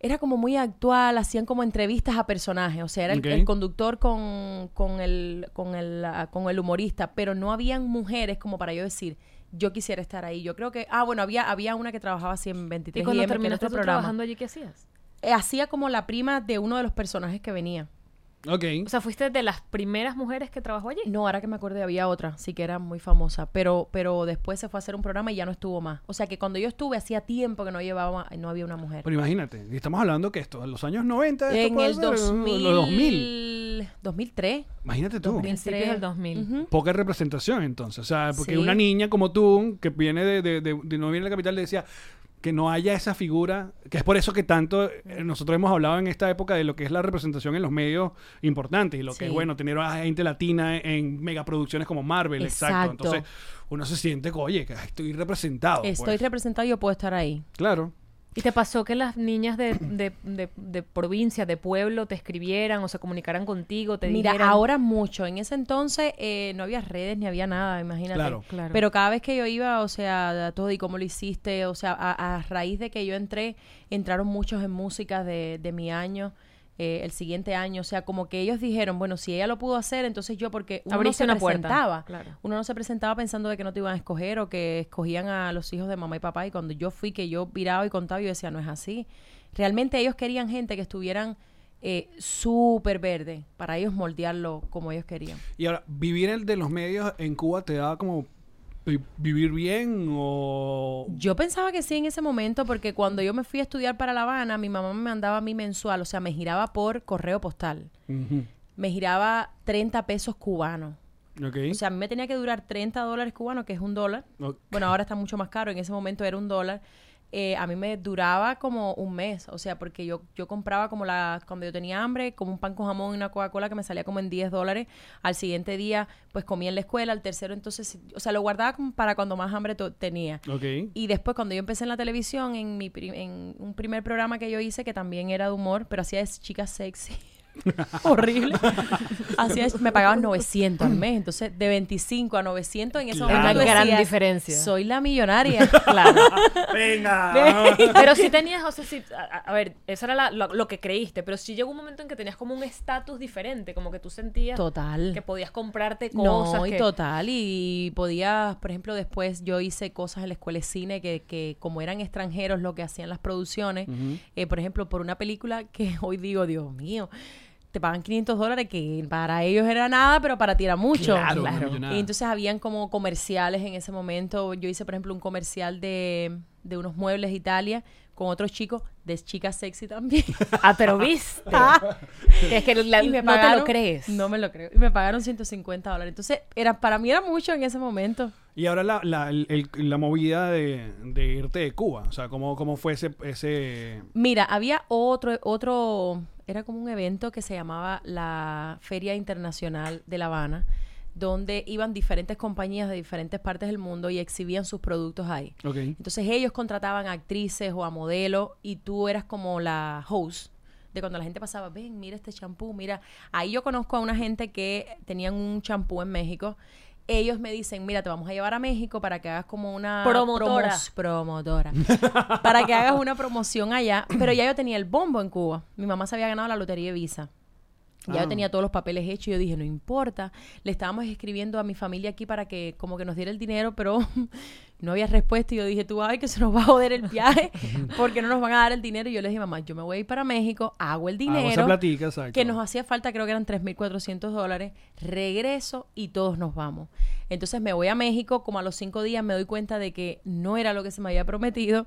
S4: era como muy actual, hacían como entrevistas a personajes. O sea, era el,
S3: Ok.
S4: el conductor con, con, el, con, el, ah, con el humorista, pero no habían mujeres como para yo decir, yo quisiera estar ahí. Yo creo que... Ah, bueno, había, había una que trabajaba así en 23
S2: y cuando
S4: IM, que era
S2: terminaste
S4: nuestro
S2: tú
S4: programa.
S2: trabajando allí, ¿qué hacías?
S4: Eh, hacía como la prima de uno de los personajes que venía.
S3: Ok.
S2: O sea, fuiste de las primeras mujeres que trabajó allí.
S4: No, ahora que me acuerdo había otra, sí que era muy famosa, pero, pero después se fue a hacer un programa y ya no estuvo más. O sea que cuando yo estuve hacía tiempo que no llevaba, no había una mujer.
S3: Pero imagínate, y estamos hablando que esto, en los años 90, esto
S4: en
S3: puede
S4: el
S3: ser, en
S4: 2000,
S3: los 2000.
S4: 2003.
S3: Imagínate tú.
S4: 2000.
S2: Principios del 2000.
S4: Ujú.
S3: Poca representación, entonces. O sea, porque
S4: Sí.
S3: una niña como tú, que viene de, de- de- de- no viene de la capital, le decía que no haya esa figura, que es por eso que tanto eh, nosotros hemos hablado en esta época de lo que es la representación en los medios importantes y lo que
S4: Sí.
S3: es, bueno, tener a gente latina en megaproducciones como Marvel, exacto.
S4: Exacto.
S3: Entonces, uno se siente, que, oye, que estoy representado. pues.
S4: Estoy representado y yo puedo estar ahí.
S3: Claro.
S2: ¿Y te pasó que las niñas de, de, de- de provincia, de pueblo, te escribieran o se comunicaran contigo, te
S4: Mira,
S2: dijeran?
S4: ahora mucho. En ese entonces eh, no había redes ni había nada, imagínate.
S3: Claro.
S2: Claro.
S4: Pero cada vez que yo iba, o sea, a todo y cómo lo hiciste, o sea, a, a raíz de que yo entré, entraron muchos en música de, de mi año. eh, el siguiente año, o sea, como que ellos dijeron, bueno, si ella lo pudo hacer, entonces yo, porque uno
S2: Abriste una
S4: no se
S2: puerta,
S4: presentaba,
S2: claro.
S4: uno no se presentaba pensando de que no te iban a escoger o que escogían a los hijos de mamá y papá, y cuando yo fui, que yo viraba y contaba, yo decía, no es así. Realmente ellos querían gente que estuvieran eh, súper verde, para ellos moldearlo como ellos querían.
S3: Y ahora, ¿vivir el de los medios en Cuba te da como vi- vivir bien o...?
S4: Yo pensaba que sí en ese momento, porque cuando yo me fui a estudiar para La Habana, mi mamá me mandaba a mí mensual, o sea, me giraba por correo postal.
S3: Ujú.
S4: Me giraba 30 pesos cubanos.
S3: Ok.
S4: O sea, a mí me tenía que durar 30 dólares cubanos, que es un dólar.
S3: Ok.
S4: Bueno, ahora está mucho más caro, en ese momento era un dólar. Eh, a mí me duraba como un mes, o sea, porque yo, yo compraba como la, cuando yo tenía hambre, como un pan con jamón y una Coca-Cola que me salía como en 10 dólares. Al siguiente día, pues comía en la escuela, al tercero, entonces, o sea, lo guardaba como para cuando más hambre to- tenía.
S3: ok.
S4: Y después cuando yo empecé en la televisión, en, mi pri- en un primer programa que yo hice, que también era de humor, pero hacía de chicas sexy. Horrible. Hacía, me pagaban 900 al mes. Entonces, de 25 a 900 en ese
S3: Claro.
S4: momento
S2: Una gran
S4: decías,
S2: diferencia.
S4: Soy la millonaria. Claro.
S3: ¡Venga!
S2: Pero si tenías, o sea, sí, a, a- a ver, eso era la- lo, lo que creíste, pero sí llegó un momento en que tenías como un estatus diferente, como que tú sentías
S4: Total.
S2: que podías comprarte cosas.
S4: No, y
S2: que-
S4: total, y podía, por ejemplo, después yo hice cosas en la escuela de cine que, que como eran extranjeros lo que hacían las producciones, eh, por ejemplo, por una película que hoy digo, Dios mío, te pagan 500 dólares que para ellos era nada, pero para ti era mucho.
S3: Claro, una millonada.
S4: Y entonces habían como comerciales en ese momento, yo hice, por ejemplo, un comercial de, de unos muebles de Italia con otros chicos, de chicas sexy también.
S2: Ah, pero viste. Que es que la-
S4: Y me
S2: no te
S4: pagaron-
S2: lo crees.
S4: No me lo creo. Y me pagaron 150 dólares. Entonces, era, para mí era mucho en ese momento.
S3: y ahora la, la, el- el- la movida de, de irte de Cuba. O sea, ¿cómo, cómo fue ese, ese...?
S4: Mira, había otro, otro, era como un evento que se llamaba la Feria Internacional de La Habana, donde iban diferentes compañías de diferentes partes del mundo y exhibían sus productos ahí.
S3: Ok.
S4: Entonces ellos contrataban a actrices o a modelos y tú eras como la host de cuando la gente pasaba, ven, mira este champú, mira. Ahí yo conozco a una gente que tenían un champú en México. Ellos me dicen, mira, te vamos a llevar a México para que hagas como una...
S2: Promotora.
S4: promo- promotora. para que hagas una promoción allá. Pero ya yo tenía el bombo en Cuba. Mi mamá se había ganado la lotería de Visa. Ya
S3: Ah.
S4: yo tenía todos los papeles hechos y yo dije, no importa. Le estábamos escribiendo a mi familia aquí para que como que nos diera el dinero, pero no había respuesta. Y yo dije, tú, ay, que se nos va a joder el viaje porque no nos van a dar el dinero. Y yo les dije, mamá, yo me voy a ir para México, hago el
S3: esa
S4: dinero.
S3: platica, exacto.
S4: Que nos hacía falta, creo que eran 3.400 dólares. Regreso y todos nos vamos. Entonces me voy a México, como a los cinco días me doy cuenta de que no era lo que se me había prometido.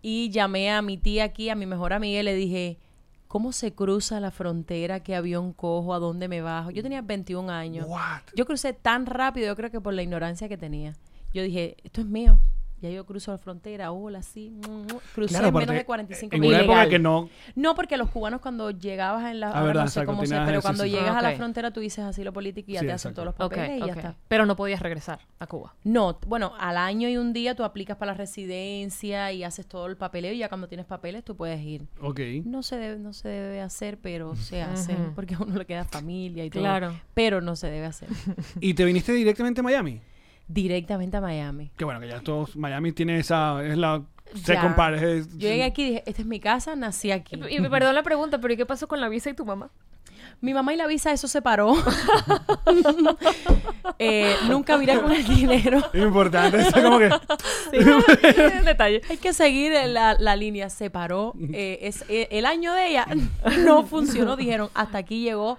S4: Y llamé a mi tía aquí, a mi mejor amiga, y le dije, ¿cómo se cruza la frontera? ¿Qué avión cojo? ¿A dónde me bajo? Yo tenía 21 años.
S3: What?
S4: Yo crucé tan rápido, yo creo que por la ignorancia que tenía. Yo dije, esto es mío. Ya yo cruzo la frontera, hola, sí. mm, mm. Crucé
S3: Claro,
S4: en menos
S3: aparte,
S4: de 45
S3: En
S4: minutos.
S3: una época
S2: Ilegal.
S3: que no.
S4: No, porque los cubanos cuando llegabas en la...
S3: Ah,
S4: ahora
S3: verdad,
S4: no sé
S3: exacto,
S4: cómo sea,
S3: tenías-
S4: pero
S3: sí,
S4: cuando
S3: sí, sí.
S4: llegas a
S2: Ok.
S4: la frontera tú dices asilo político y ya
S3: Sí,
S4: te hacen
S3: exacto.
S4: todos los
S2: Ok,
S4: papeles y
S2: ok.
S4: ya está.
S2: Pero no podías regresar a Cuba.
S4: No, t- bueno, al año y un día tú aplicas para la residencia y haces todo el papeleo y ya cuando tienes papeles tú puedes ir.
S3: Ok.
S4: No se debe, no se debe hacer, pero se hace
S2: Ujú.
S4: porque a uno le queda familia y todo.
S2: Claro.
S4: Pero no se debe hacer.
S3: ¿Y te viniste directamente a Miami?
S4: Directamente a Miami.
S3: Que bueno, que ya todos. Miami tiene esa. Es la. Se eh,
S4: Ya.
S3: compara. es-
S4: Yo llegué aquí y dije, esta es mi casa, nací aquí.
S2: Y, y perdón la pregunta, pero ¿y qué pasó con la visa y tu mamá?
S4: Mi mamá y la visa, eso se paró. Eh, nunca miré con el dinero.
S3: Importante. Es como que.
S2: Detalle.
S4: Hay que seguir la, la línea. Se paró. eh, es, eh, el año de ella no funcionó. Dijeron, hasta aquí llegó.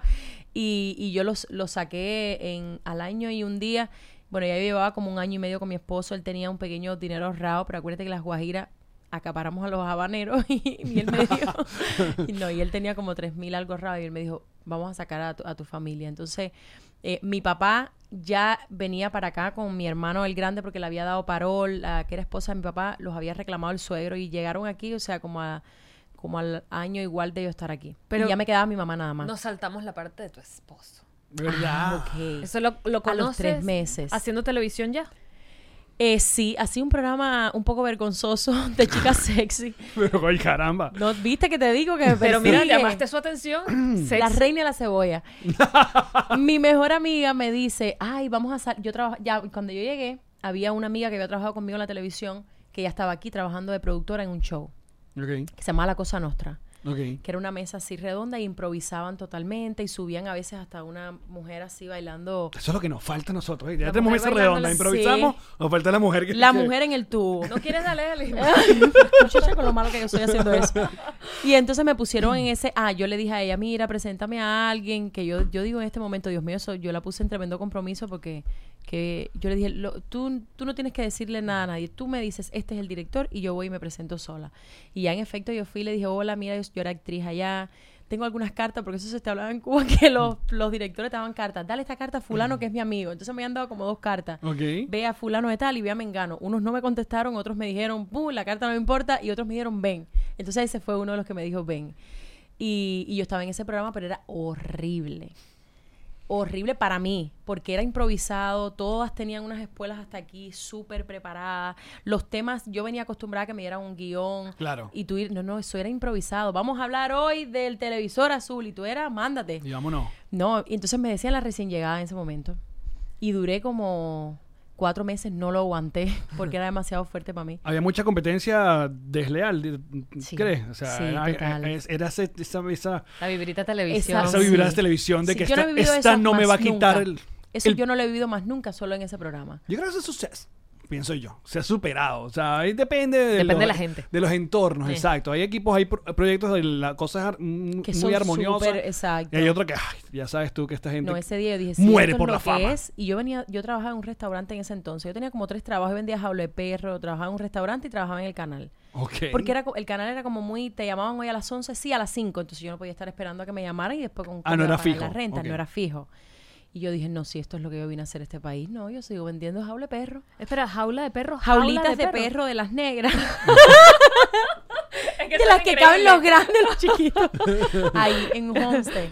S4: Y, y yo los, los saqué en, al año y un día. Bueno, ya yo llevaba como un año y medio con mi esposo. Él tenía un pequeño dinero ahorrado, pero acuérdate que las guajiras acaparamos a los habaneros y, y él me dijo, y no, y él tenía como tres mil algo ahorrado y él me dijo, vamos a sacar a tu, a tu familia. Entonces, eh, mi papá ya venía para acá con mi hermano el grande porque le había dado parol, la que era esposa de mi papá, los había reclamado el suegro y llegaron aquí, o sea, como a como al año igual de yo estar aquí. Pero
S2: Pero-
S4: ya me quedaba mi mamá nada más. Ah,
S2: Nos saltamos la parte de tu esposo.
S3: ¿Verdad?
S4: Ok.
S2: Eso lo, lo
S4: A
S2: conoces.
S4: los tres meses.
S2: Haciendo televisión ya.
S4: Eh, sí, así un programa un poco vergonzoso de chicas sexy.
S3: Pero, ay, caramba.
S4: ¿No viste que te digo que me
S2: Pero mira,
S4: persigue?
S2: llamaste su atención. Sex.
S4: La reina de la cebolla. Mi mejor amiga me dice, ay, vamos a salir. Yo trabajo, ya, cuando yo llegué, había una amiga que había trabajado conmigo en la televisión, que ya estaba aquí trabajando de productora en un show,
S3: Ok.
S4: que se llamaba La Cosa Nostra,
S3: Ok.
S4: que era una mesa así redonda y improvisaban totalmente y subían a veces hasta una mujer así bailando.
S3: Eso es lo que nos falta a nosotros. ¿eh? Ya
S2: La
S3: tenemos
S2: mujer
S3: mesa
S2: bailando
S3: redonda,
S2: la-
S3: improvisamos. Nos falta la mujer que.
S4: La
S3: que-
S4: mujer en el tubo.
S2: ¿No quieres darle al
S4: Muchacha, con lo malo que yo estoy haciendo eso. Y entonces me pusieron en ese, ah, yo le dije a ella, mira, preséntame a alguien que yo, yo digo en este momento, Dios mío, eso, yo la puse en tremendo compromiso porque que yo le dije, "Lo- tú, tú no tienes que decirle nada a nadie, tú me dices, este es el director y yo voy y me presento sola. Y ya en efecto yo fui y le dije, hola, mira, yo, yo era actriz allá. Tengo algunas cartas, porque eso se te hablaba en Cuba, que los, los directores te daban cartas. Dale esta carta a fulano, que es mi amigo. Entonces me han dado como dos cartas
S3: Ok.
S4: ve a fulano de tal y ve a Mengano. Unos no me contestaron, otros me dijeron, "Buh, la carta no me importa, y otros me dijeron, ven. Entonces ese fue uno de los que me dijo, ven. Y, y yo estaba en ese programa, pero era horrible. Horrible para mí, porque era improvisado, todas tenían unas espuelas hasta aquí súper preparadas. Los temas, yo venía acostumbrada a que me dieran un guión.
S3: Claro.
S4: Y tú, ir- no, no, eso era improvisado. Vamos a hablar hoy del televisor azul, y tú era, mándate.
S3: Y vámonos.
S4: No, y entonces me decían la recién llegada en ese momento. Y duré como cuatro meses, no lo aguanté porque era demasiado fuerte para mí.
S3: Había mucha competencia desleal, de-
S4: Sí.
S3: ¿crees? O sea,
S4: Sí,
S3: era,
S4: total
S3: es- era ese- esa, esa,
S2: La vibrita televisión.
S3: esa
S4: Sí.
S3: vibra de televisión de
S4: Sí,
S3: que
S4: yo no
S3: esta,
S4: he vivido
S3: esta
S4: eso
S3: no me va a
S4: más
S3: quitar
S4: nunca.
S3: el...
S4: Eso
S3: el-
S4: yo no lo he vivido más nunca, solo en ese programa.
S3: Yo creo que eso se, pienso yo, se ha superado. O sea, ahí depende de,
S2: Depende
S3: los,
S2: de la gente.
S3: de los entornos,
S2: Sí.
S3: exacto. Hay equipos, hay pro- proyectos de la cosa es ar- mm,
S4: Que
S3: muy
S4: son
S3: armoniosa.
S4: súper- exacto.
S3: y hay otro que, ay, ya sabes tú que esta gente...
S4: No, ese día yo dije,
S3: muere
S4: esto
S3: por
S4: es
S3: la
S4: lo
S3: fama.
S4: que es. Y yo venía, yo trabajaba en un restaurante en ese entonces. Yo tenía como tres trabajos, yo vendía jaula de perro, trabajaba en un restaurante y trabajaba en el canal.
S3: Ok.
S4: Porque era, co- el canal era como muy, te llamaban hoy a las 11, sí, a las 5, entonces yo no podía estar esperando a que me llamaran y después con
S3: Ah,
S4: cómo
S3: no
S4: iba a
S3: era
S4: pagar la
S3: fijo,
S4: renta,
S3: ok.
S4: no era fijo. Y yo dije, no, si esto es lo que yo vine a hacer a este país, no, yo sigo vendiendo jaula de perro.
S2: Espera, jaula de perro. jaula
S4: Jaulitas de, perro de las negras,
S2: Es
S4: de las que caben los grandes, los chiquitos, ahí en un homestead.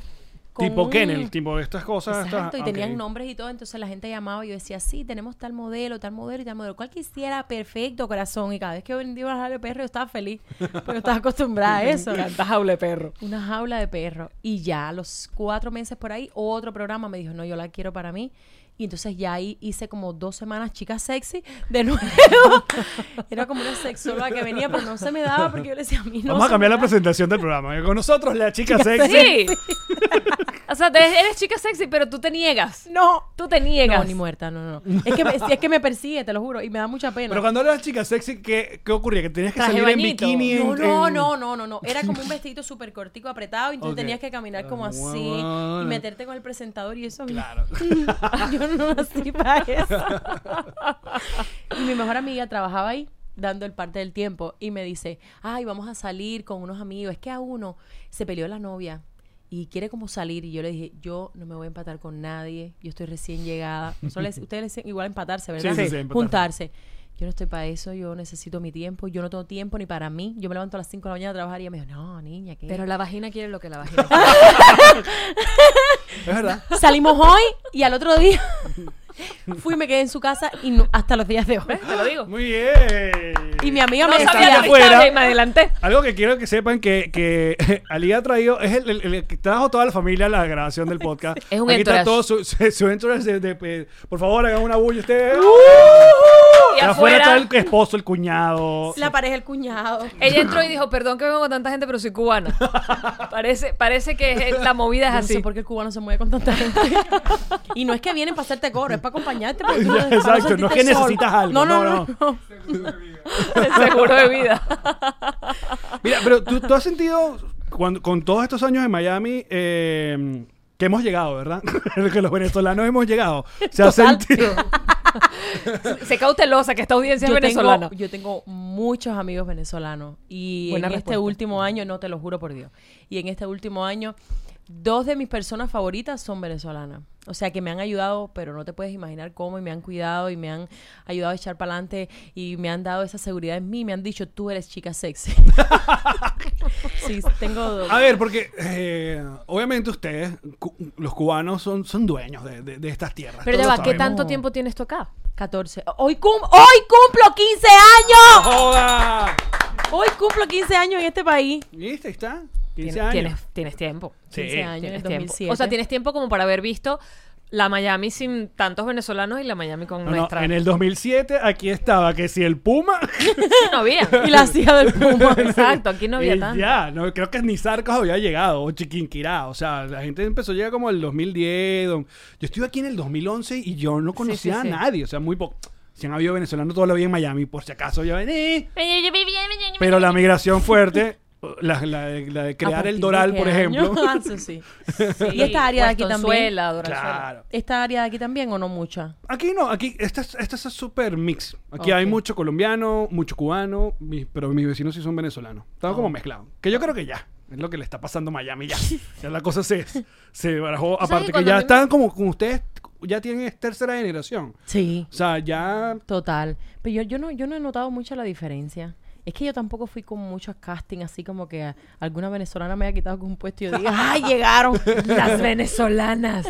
S4: Con
S3: Tipo
S4: un-
S3: Kennel, tipo estas cosas. estas-
S4: Exacto, y
S3: ok.
S4: tenían nombres y todo, entonces la gente llamaba y yo decía, sí, tenemos tal modelo, tal modelo y tal modelo. ¿Cuál quisiera? Perfecto, corazón. Y cada vez que vendía una jaula de perro yo estaba feliz, porque yo estaba acostumbrada a eso.
S2: jaula de perro.
S4: Una jaula de perro. Y ya a los cuatro meses por ahí, otro programa me dijo, no, yo la quiero para mí. Y entonces ya ahí hice como dos semanas chica sexy de nuevo. Era como una sexóloga que venía, pero no se me daba porque yo le decía a mí no.
S3: Vamos a
S4: se
S3: cambiar
S4: me
S3: ¿eh? la
S4: da".
S3: presentación del programa. Con nosotros, la chica sexy.
S2: Sí. O sea, te- eres chica sexy, pero tú te niegas.
S4: No.
S2: Tú te niegas.
S4: No, ni muerta, no, no. Es que, me, es que me persigue, te lo juro, y me da mucha pena.
S3: Pero cuando eras chica sexy, ¿qué, qué ocurría? ¿Que tenías que
S2: Traje
S3: salir
S2: bañito.
S3: en bikini?
S4: No,
S3: en-
S4: no,
S3: en-
S4: no, no, no, no. Era como un vestidito súper cortico, apretado, y tú
S3: Ok.
S4: tenías que caminar como
S3: Ah,
S4: así y
S3: bueno.
S4: meterte con el presentador y eso. a mí-
S3: Claro.
S4: Yo no nací para eso. y mi mejor amiga trabajaba ahí dando el parte del tiempo y me dice, ay, vamos a salir con unos amigos. Es que a uno se peleó la novia y quiere como salir. Y yo le dije, yo no me voy a empatar con nadie. Yo estoy recién llegada. Nosotros les- ustedes les dicen igual empatarse, ¿verdad?
S3: Sí, sí, sí, empatarse.
S4: Juntarse. Yo no estoy para eso, yo necesito mi tiempo, yo no tengo tiempo ni para mí. Yo me levanto a las 5 de la mañana a trabajar y ella me dijo, no, niña, ¿qué?
S2: Pero la vagina quiere lo que la vagina
S3: Es verdad.
S4: Salimos hoy y al otro día fui, me quedé en su casa y no- hasta los días de hoy.
S2: quiere. ¿Eh? Te lo digo.
S3: Muy bien.
S4: Y mi amiga
S2: No
S4: me
S2: sabía
S4: decía,
S2: la
S3: afuera.
S2: historia y me adelanté.
S3: Algo que quiero que sepan que, que Ali ha traído, es el, el- el que trajo toda la familia a la grabación del podcast.
S2: Es un
S3: Aquí está
S2: entourage.
S3: todo su, su, su entourage de, de- de- por favor, hagan una bulla ustedes.
S2: ¡Uh! Y
S3: Afuera está
S2: afuera,
S3: el esposo, el cuñado.
S4: la pareja el cuñado.
S2: ella entró y dijo, perdón que vengo con tanta gente, pero soy cubana. Parece, parece que es- la movida es
S4: No sé
S2: así.
S4: por qué el cubano se mueve con tanta gente. y no es que vienen para hacerte coro, es para acompañarte. Porque tú
S3: Ya,
S4: para no
S3: exacto,
S4: sentirte
S3: no es que
S4: solo.
S3: necesitas algo,
S4: No, no,
S3: no,
S4: no. no.
S2: El seguro de vida.
S3: Mira, pero tú, tú has sentido, cuando, con todos estos años en Miami, eh, que hemos llegado, ¿verdad? que los venezolanos hemos llegado. Se ha
S4: Total.
S3: sentido.
S2: Se cautelosa que esta audiencia es venezolana.
S4: Tengo, yo tengo muchos amigos venezolanos y
S2: Buena
S4: en este
S2: respuesta.
S4: último año, no te lo juro por Dios, y en este último año, dos de mis personas favoritas son venezolanas. O sea, que me han ayudado, pero no te puedes imaginar cómo, y me han cuidado, y me han ayudado a echar para adelante, y me han dado esa seguridad en mí, me han dicho, tú eres chica sexy. sí, tengo dos.
S3: A ver, porque eh, obviamente ustedes, cu- los cubanos, son, son dueños de, de- de estas tierras.
S2: Pero ya
S3: Todos
S2: va, ¿qué
S3: sabemos.
S2: tanto tiempo tienes tú acá?
S4: 14. Hoy, cum hoy cumplo 15 años.
S3: Oh. ¡Joda!
S4: Hoy cumplo 15 años en este país.
S3: ¿Viste? Ahí está. 15
S2: Tienes,
S3: años.
S2: tienes, tienes tiempo.
S4: 15 años en
S2: Tienes
S4: el
S2: tiempo.
S4: 2007.
S2: O sea, tienes tiempo como para haber visto la Miami sin tantos venezolanos y la Miami con
S3: No, Ah, no,
S2: nuestra.
S3: en el 2007 aquí estaba que si el Puma...
S2: No había.
S4: Y la hacía del Puma.
S2: Exacto, aquí no había
S3: y
S2: tanto.
S3: Ya, no, creo que ni Sarcos había llegado, o Chiquinquirá. O sea, la gente empezó a llegar como el 2010. don- Yo estuve aquí en el 2011 y yo no conocía
S2: sí, sí.
S3: a nadie. O sea, muy poco. Si han habido venezolanos toda la vida en Miami, por si acaso yo vení. Pero la migración fuerte, la, la de, la de
S2: Ah, pues
S3: crear el Doral, por ejemplo.
S4: Ah, eso sí. Y esta área de aquí también.
S2: Suela,
S3: Claro.
S4: ¿Esta área de aquí también o no mucha?
S3: Aquí no, aquí, esta es, esta es súper mix. Aquí
S4: Ok.
S3: hay mucho colombiano, mucho cubano, mi- pero mis vecinos sí son venezolanos. Estaba como mezclado. Que yo creo que ya. Es lo que le está pasando a Miami ya. Ya la cosa se, se barajó.
S2: sabes
S3: Aparte
S2: que
S3: que
S2: cuando a
S3: ya
S2: mí me-
S3: están como, como ustedes, ya tienen es tercera generación.
S4: Sí.
S3: O sea, ya...
S4: Total. Pero yo, yo, no, yo no he notado mucho la diferencia. Es que yo tampoco fui con muchos castings, así como que a- alguna venezolana me haya quitado con un puesto y yo diga, ¡ay, llegaron las venezolanas!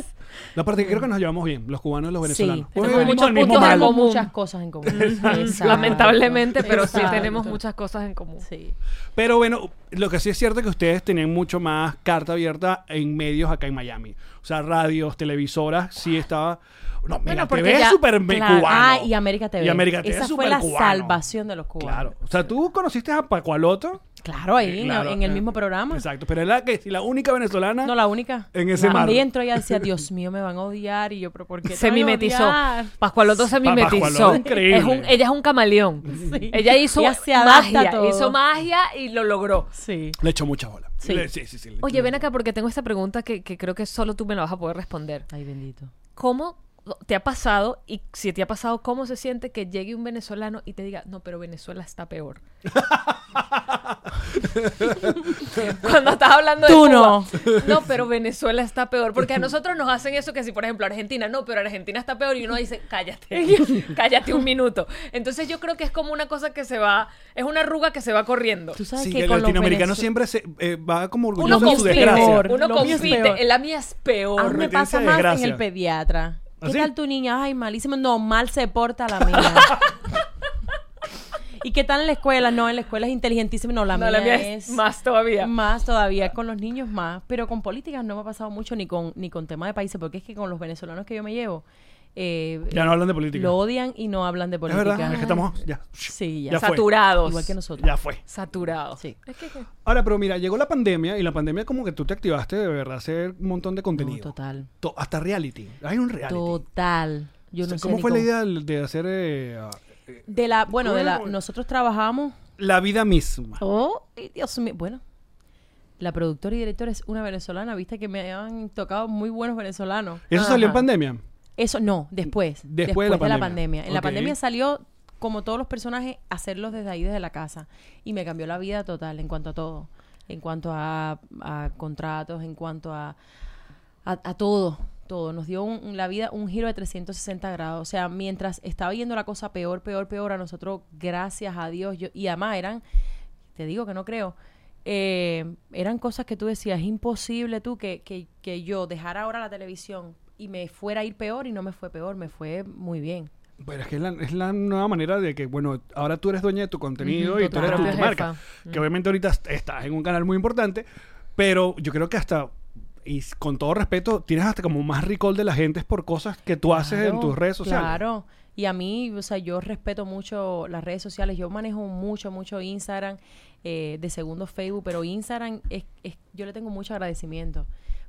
S3: La parte que creo que nos llevamos bien, los cubanos y los venezolanos. Porque
S4: tenemos
S3: venimos del mismo
S2: puntos en
S3: mal.
S4: tenemos
S2: común.
S4: muchas cosas en común. Exacto.
S2: Lamentablemente, pero sí
S4: Exacto.
S2: tenemos muchas cosas en común.
S4: Sí.
S3: Pero bueno, lo que sí es cierto es que ustedes tienen mucho más carta abierta en medios acá en Miami. O sea, radios, televisoras, sí estaba. No, mira,
S4: porque
S3: TV
S4: ya-
S3: es súper me-
S4: claro.
S3: cubano.
S4: Ah, y América TV.
S3: Y América TV
S4: Esa
S3: es
S4: fue
S3: súper
S4: la
S3: cubano.
S4: salvación de los cubanos.
S3: Claro. O sea, tú conociste a Pacualoto.
S4: Claro, ahí, en-
S3: Claro,
S4: en, el
S3: eh,
S4: mismo programa.
S3: Exacto. Pero era que si la única venezolana.
S4: No, la única.
S3: En ese
S4: Claro.
S3: mar.
S4: Ahí entró y ella decía, Dios mío, me van a odiar. Y yo, pero ¿por qué te
S2: Se
S4: van a
S2: mimetizó.
S4: odiar?"
S2: Pascualoto se
S3: Pa-
S2: mimetizó.
S3: Pascualoto, increíble.
S2: Es un- ella es un camaleón. Ella hizo
S4: Ella se adapta a
S2: magia.
S4: todo.
S2: Hizo magia y lo logró.
S4: Sí.
S3: Le echó mucha bola.
S4: Sí.
S3: Le- sí, sí, sí, le-
S2: Oye, ven acá porque tengo esta pregunta que, que creo que solo tú me la vas a poder responder.
S4: Ay, bendito.
S2: ¿Cómo te ha pasado y si te ha pasado, cómo se siente que llegue un venezolano y te diga, no, pero Venezuela está peor? Cuando estás hablando de
S4: Tú
S2: Cuba.
S4: no.
S2: No, pero Venezuela está peor. Porque a nosotros nos hacen eso que si, por ejemplo, Argentina, no, pero Argentina está peor y uno dice, cállate, cállate un minuto. Entonces yo creo que es como una cosa que se va, es una arruga que se va corriendo.
S4: Tú sabes
S3: Sí,
S4: que
S3: el
S4: con los
S3: latinoamericano
S4: venezol-
S3: siempre se, eh, va como
S2: Uno
S3: orgulloso de su
S2: compite,
S3: desgracia.
S4: peor.
S2: uno
S4: Lo mío es peor.
S2: compite, la mía es
S4: A
S2: peor.
S4: mí me
S3: Retirarse
S4: pasa
S3: de
S4: más
S3: desgracia.
S4: en el pediatra. ¿Qué
S3: ¿Ah, sí?
S4: tal tu niña? Ay, malísimo. No, mal se porta la mía. ¿Y qué tal en la escuela? No, en la escuela es inteligentísima. Ah, No, la,
S2: No,
S4: mía,
S2: la mía es más todavía.
S4: Más todavía, con los niños más. Pero con políticas no me ha pasado mucho ni con, ni con tema de países, porque es que con los venezolanos que yo me llevo, eh,
S3: Ya no hablan de política.
S4: lo odian y no hablan de
S3: es
S4: política.
S3: verdad, es que estamos ya,
S4: Sí, ya.
S3: Ya fue.
S2: Saturados.
S4: Igual que nosotros.
S3: ya fue.
S2: Saturados.
S4: Sí.
S2: Es que, que-
S3: Ahora, pero mira, llegó la pandemia y la pandemia como que tú te activaste de verdad a hacer un montón de
S4: No,
S3: contenido.
S4: total.
S3: To- hasta reality. Hay un reality.
S4: Total. Yo no sé
S3: ¿Cómo
S4: ni
S3: fue la idea de- de hacer eh, ah, eh,
S4: De la, bueno, de la,
S3: Bueno.
S4: nosotros trabajamos.
S3: la vida misma?
S4: Oh, y Dios mío. Bueno, la productora y directora es una venezolana. Viste que me han tocado muy buenos venezolanos.
S3: Eso salió en
S4: Ajá.
S3: pandemia.
S4: Eso no, después.
S3: Después de la pandemia.
S4: En la
S3: Ok.
S4: pandemia salió, como todos los personajes, hacerlos desde ahí, desde la casa. Y me cambió la vida total en cuanto a todo. En cuanto a, a contratos, en cuanto a, a, a todo. Todo. Nos dio un- un- la vida un giro de 360 grados. O sea, mientras estaba yendo la cosa peor, peor, peor, a nosotros, gracias a Dios, yo, y además eran, te digo que no creo. eh, eran cosas que tú decías, es imposible tú que, que, que yo dejara ahora la televisión y me fuera a ir peor y no me fue peor, me fue muy bien.
S3: Pero es que es la, es la nueva manera de que, bueno, ahora tú eres dueña de tu contenido
S2: Ujú,
S3: y tú
S2: total.
S3: eres tu, tu
S2: Propia jefa.
S3: marca.
S4: Mm.
S3: Que obviamente ahorita est- estás en un canal muy importante, pero yo creo que hasta, y s- con todo respeto, tienes hasta como más recall de la gente es por cosas que tú haces en
S4: Claro,
S3: tus redes sociales.
S4: Claro. Y a mí, o sea, yo respeto mucho las redes sociales. Yo manejo mucho, mucho Instagram, eh, de segundo Facebook, pero Instagram, es, es- yo le tengo mucho agradecimiento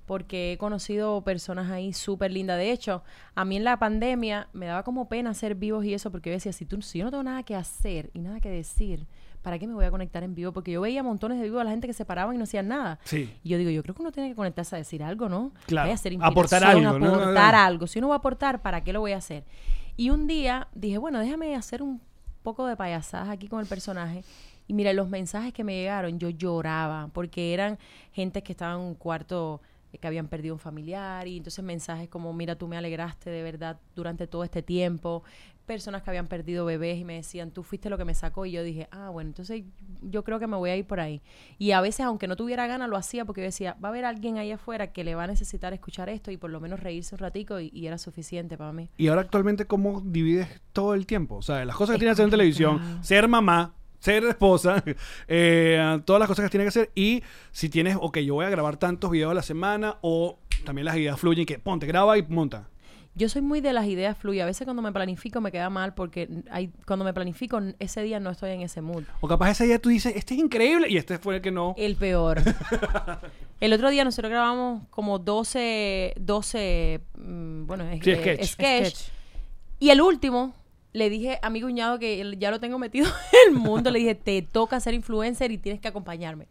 S4: porque he conocido personas ahí súper lindas. De hecho, a mí en la pandemia me daba como pena ser vivos y eso porque yo decía, si, tú, si yo no tengo nada que hacer y nada que decir, ¿para qué me voy a conectar en vivo? Porque yo veía montones de vivos a la gente que se paraban y no hacían nada.
S3: Sí.
S4: Y yo digo, yo creo que uno tiene que conectarse a decir algo, ¿no?
S3: Claro.
S4: Vaya a ser
S3: Aportar
S4: inspiración,
S3: algo, ¿no?
S4: Aportar algo. Si uno va a aportar, ¿para qué lo voy a hacer? Y un día dije, bueno, déjame hacer un poco de payasadas aquí con el personaje. Y mira, los mensajes que me llegaron, yo lloraba, porque eran gente que estaban en un cuarto eh, que habían perdido un familiar y entonces mensajes como, mira, tú me alegraste de verdad durante todo este tiempo, personas que habían perdido bebés y me decían, tú fuiste lo que me sacó y yo dije, ah, bueno, entonces yo creo que me voy a ir por ahí. Y a veces, aunque no tuviera ganas, lo hacía porque yo decía, va a haber alguien ahí afuera que le va a necesitar escuchar esto y por lo menos reírse un ratico y, y era suficiente para mí.
S3: Y ahora actualmente, ¿cómo divides todo el tiempo? O sea, las cosas que tienes que hacer en televisión, ser mamá, ser esposa, eh, todas las cosas que tienes que hacer. Y si tienes, ok, yo voy a grabar tantos videos a la semana o también las ideas fluyen que ponte, graba y monta.
S4: Yo soy muy de las ideas fluye. A veces cuando me planifico me queda mal porque hay, cuando me planifico n- ese día no estoy en ese mood.
S3: O capaz ese día tú dices, este es increíble y este fue el que no.
S4: El peor. El otro día nosotros grabamos como 12, 12 mm, bueno, es,
S3: Sí,
S4: eh,
S3: sketch.
S4: sketch. Y el último, le dije a mi cuñado que él ya lo tengo metido en el mundo, le dije, te toca ser influencer y tienes que acompañarme.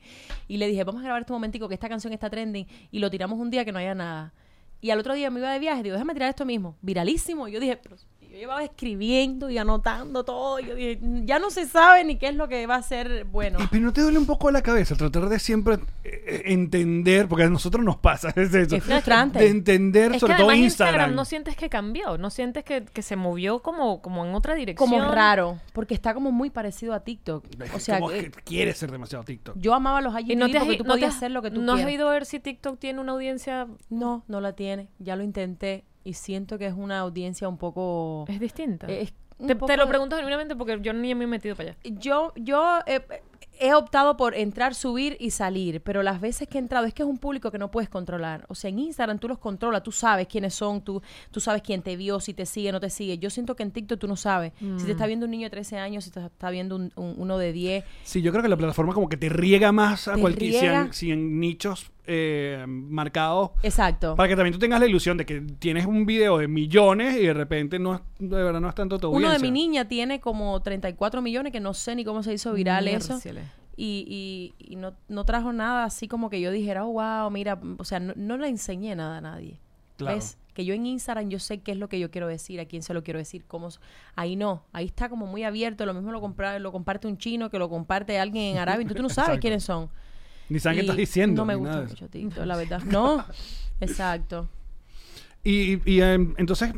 S4: Y le dije, vamos a grabar este momentico que esta canción está trending y lo tiramos un día que no haya nada. Y al otro día me iba de viaje, digo, déjame tirar esto mismo, viralísimo. Y yo dije, pero si yo llevaba escribiendo y anotando todo. y yo dije, ya no se sabe ni qué es lo que va a ser bueno.
S3: Y pero no te duele un poco la cabeza tratar de siempre eh, entender, porque a nosotros nos pasa, es eso.
S4: Es frustrante.
S3: De entender,
S2: Es que
S3: sobre todo
S2: además
S3: Instagram.
S2: no sientes que cambió, no sientes que, que se movió como, como en otra dirección.
S4: como raro, porque está como muy parecido a TikTok. O sea,
S3: Como
S4: eh,
S3: que quiere ser demasiado TikTok.
S4: yo amaba los IGTV
S2: Y no te has,
S4: porque
S2: i-
S4: tú
S2: no te
S4: podías
S2: has-
S4: hacer lo que tú
S2: no has
S4: quieras.
S2: ido a ver si TikTok tiene una audiencia
S4: No, no la tiene. Ya lo intenté y siento que es una audiencia un poco... eh,
S2: es distinta.
S4: es un
S2: te, te
S4: poco-
S2: lo pregunto genuinamente porque yo ni me he metido para allá.
S4: Yo, yo eh, he optado por entrar, subir y salir, pero las veces que he entrado es que es un público que no puedes controlar. O sea, en Instagram tú los controlas, tú sabes quiénes son, tú, tú sabes quién te vio, si te sigue, no te sigue. Yo siento que en TikTok tú no sabes si te
S2: Mm.
S4: está viendo un niño de 13 años, si te está viendo un- un- uno de 10.
S3: Sí, yo creo que la plataforma como que te riega más a
S4: Te
S3: cualquier si
S4: riega.
S3: en- si en nichos eh, marcados.
S4: Exacto.
S3: Para que también tú tengas la ilusión de que tienes un video de millones y de repente no es, de verdad no es tanto tu
S4: Uno de
S3: audiencia.
S4: mi niña tiene como 34 millones, que no sé ni cómo se hizo viral eso.
S2: Miércoles.
S4: Y, y- y no, no trajo nada así como que yo dijera, oh, wow, mira, o sea, no, no le enseñé nada a nadie.
S3: Claro.
S4: ¿Ves? Que yo en Instagram yo sé qué es lo que yo quiero decir, a quién se lo quiero decir, cómo... s- Ahí no, ahí está como muy abierto, lo mismo lo, compra, lo comparte un chino que lo comparte alguien en Arabia, entonces tú no sabes
S3: Exacto.
S4: quiénes son.
S3: Ni saben qué
S4: Y
S3: estás diciendo.
S4: No me
S3: ni nada
S4: gusta
S3: de eso.
S4: mucho TikTok, la verdad. No, exacto.
S3: Y, y, em, entonces,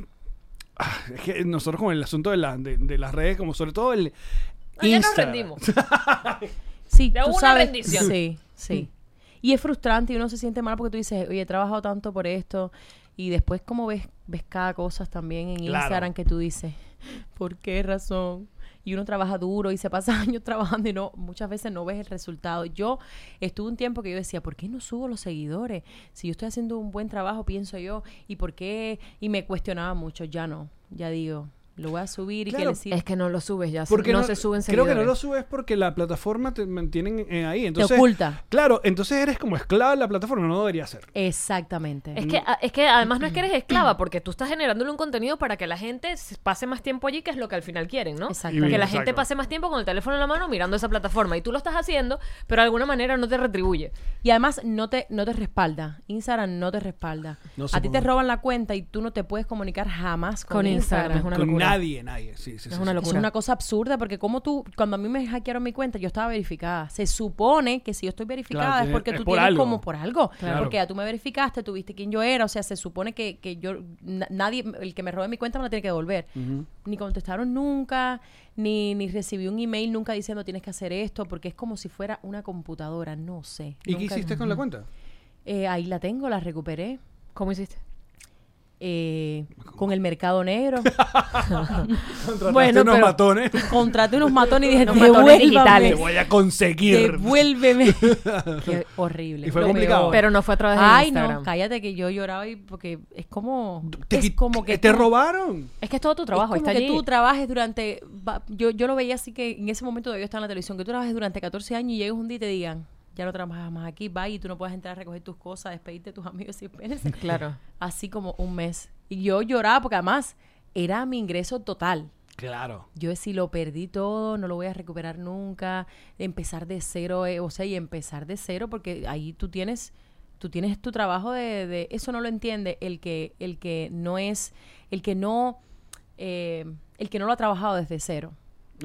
S3: ah, es que nosotros con el asunto de, la- de, de las redes, como sobre todo el
S2: Ah, ya nos
S3: Instagram.
S2: rendimos.
S4: Sí,
S2: De
S4: tú
S2: una
S4: sabes-
S2: rendición.
S4: Sí, sí. Y es frustrante y uno se siente mal porque tú dices, oye, he trabajado tanto por esto. Y después como ves, ves cada cosa también en
S3: Claro.
S4: Instagram que tú dices, ¿por qué razón? y uno trabaja duro y se pasa años trabajando y no muchas veces no ves el resultado. Yo estuve un tiempo que yo decía, ¿por qué no subo los seguidores? Si yo estoy haciendo un buen trabajo, pienso yo, ¿y por qué? Y me cuestionaba mucho, ya no, ya digo, lo voy a subir y que
S3: Claro,
S4: le sirva.
S2: Es que no lo subes ya.
S3: Porque
S2: no, se suben
S3: Creo que no
S2: seguidores.
S3: lo subes porque la plataforma te mantienen eh, ahí. Entonces,
S4: oculta.
S3: Claro, entonces eres como esclava de la plataforma, no debería ser.
S4: Exactamente.
S2: Es que, a- es que además no es que eres esclava, porque tú estás generándole un contenido para que la gente s- pase más tiempo allí, que es lo que al final quieren, ¿no?
S4: Exacto.
S2: Que la
S3: Exacto.
S2: gente pase más tiempo con el teléfono en la mano mirando esa plataforma. Y tú lo estás haciendo, pero de alguna manera no te retribuye.
S4: Y además no te, no te respalda. Instagram no te respalda.
S3: No
S4: a ti te
S3: soporta.
S4: roban la cuenta y tú no te puedes comunicar jamás con,
S2: Con Instagram, es una
S3: Con
S2: locura.
S3: nadie, nadie. Sí, sí, sí,
S2: Es una
S3: sí.
S2: locura.
S4: Es una cosa absurda porque como tú, cuando a mí me hackearon mi cuenta, yo estaba verificada. Se supone que si yo estoy verificada
S3: Claro,
S4: es
S3: tiene-
S4: porque
S3: es
S4: tú
S3: por
S4: tienes
S3: algo.
S4: como por algo.
S3: Claro.
S4: Porque ya tú me verificaste, tuviste quién yo era. O sea, se supone que, que yo, na- nadie, el que me robe mi cuenta me la tiene que devolver. Ni contestaron nunca, ni, ni recibí un email nunca diciendo tienes que hacer esto, porque es como si fuera una computadora, no sé.
S3: ¿Y qué
S4: Nunca-
S3: hiciste con la cuenta?
S4: Eh, ahí la tengo, la recuperé
S2: ¿Cómo hiciste?
S4: eh, con el mercado negro.
S3: Bueno, unos
S4: pero
S3: matones.
S4: Contraté unos matones y dije,
S2: Unos matones
S4: "Devuélvame,
S2: digitales".
S3: Te voy a conseguir.
S4: Devuélveme. Qué horrible.
S3: Y fue
S4: Lo
S3: complicado.
S4: peor.
S2: Pero no fue a través de
S4: Ay,
S2: Instagram.
S4: no, cállate que yo lloraba y porque es como.
S3: Te,
S4: es
S3: quit-
S4: como que.
S3: te
S4: tú-
S3: robaron.
S2: Es que es todo tu trabajo,
S4: es como
S2: está
S4: que
S2: allí.
S4: tú trabajes durante. va- Yo, yo lo veía así que en ese momento todavía estaba en la televisión, que tú trabajes durante 14 años y llegas un día y te digan, ya no trabajas más aquí, va y tú no puedes entrar a recoger tus cosas, despedirte de tus amigos y espérense.
S2: Claro.
S4: Así como un mes. Y yo lloraba porque además era mi ingreso total.
S3: Claro.
S4: Yo si lo perdí todo, no lo voy a recuperar nunca, empezar de cero, eh, o sea, y empezar de cero porque ahí tú tienes tú tienes tu trabajo de, de- eso no lo entiende el que el que no es el que no eh, el que no lo ha trabajado desde cero.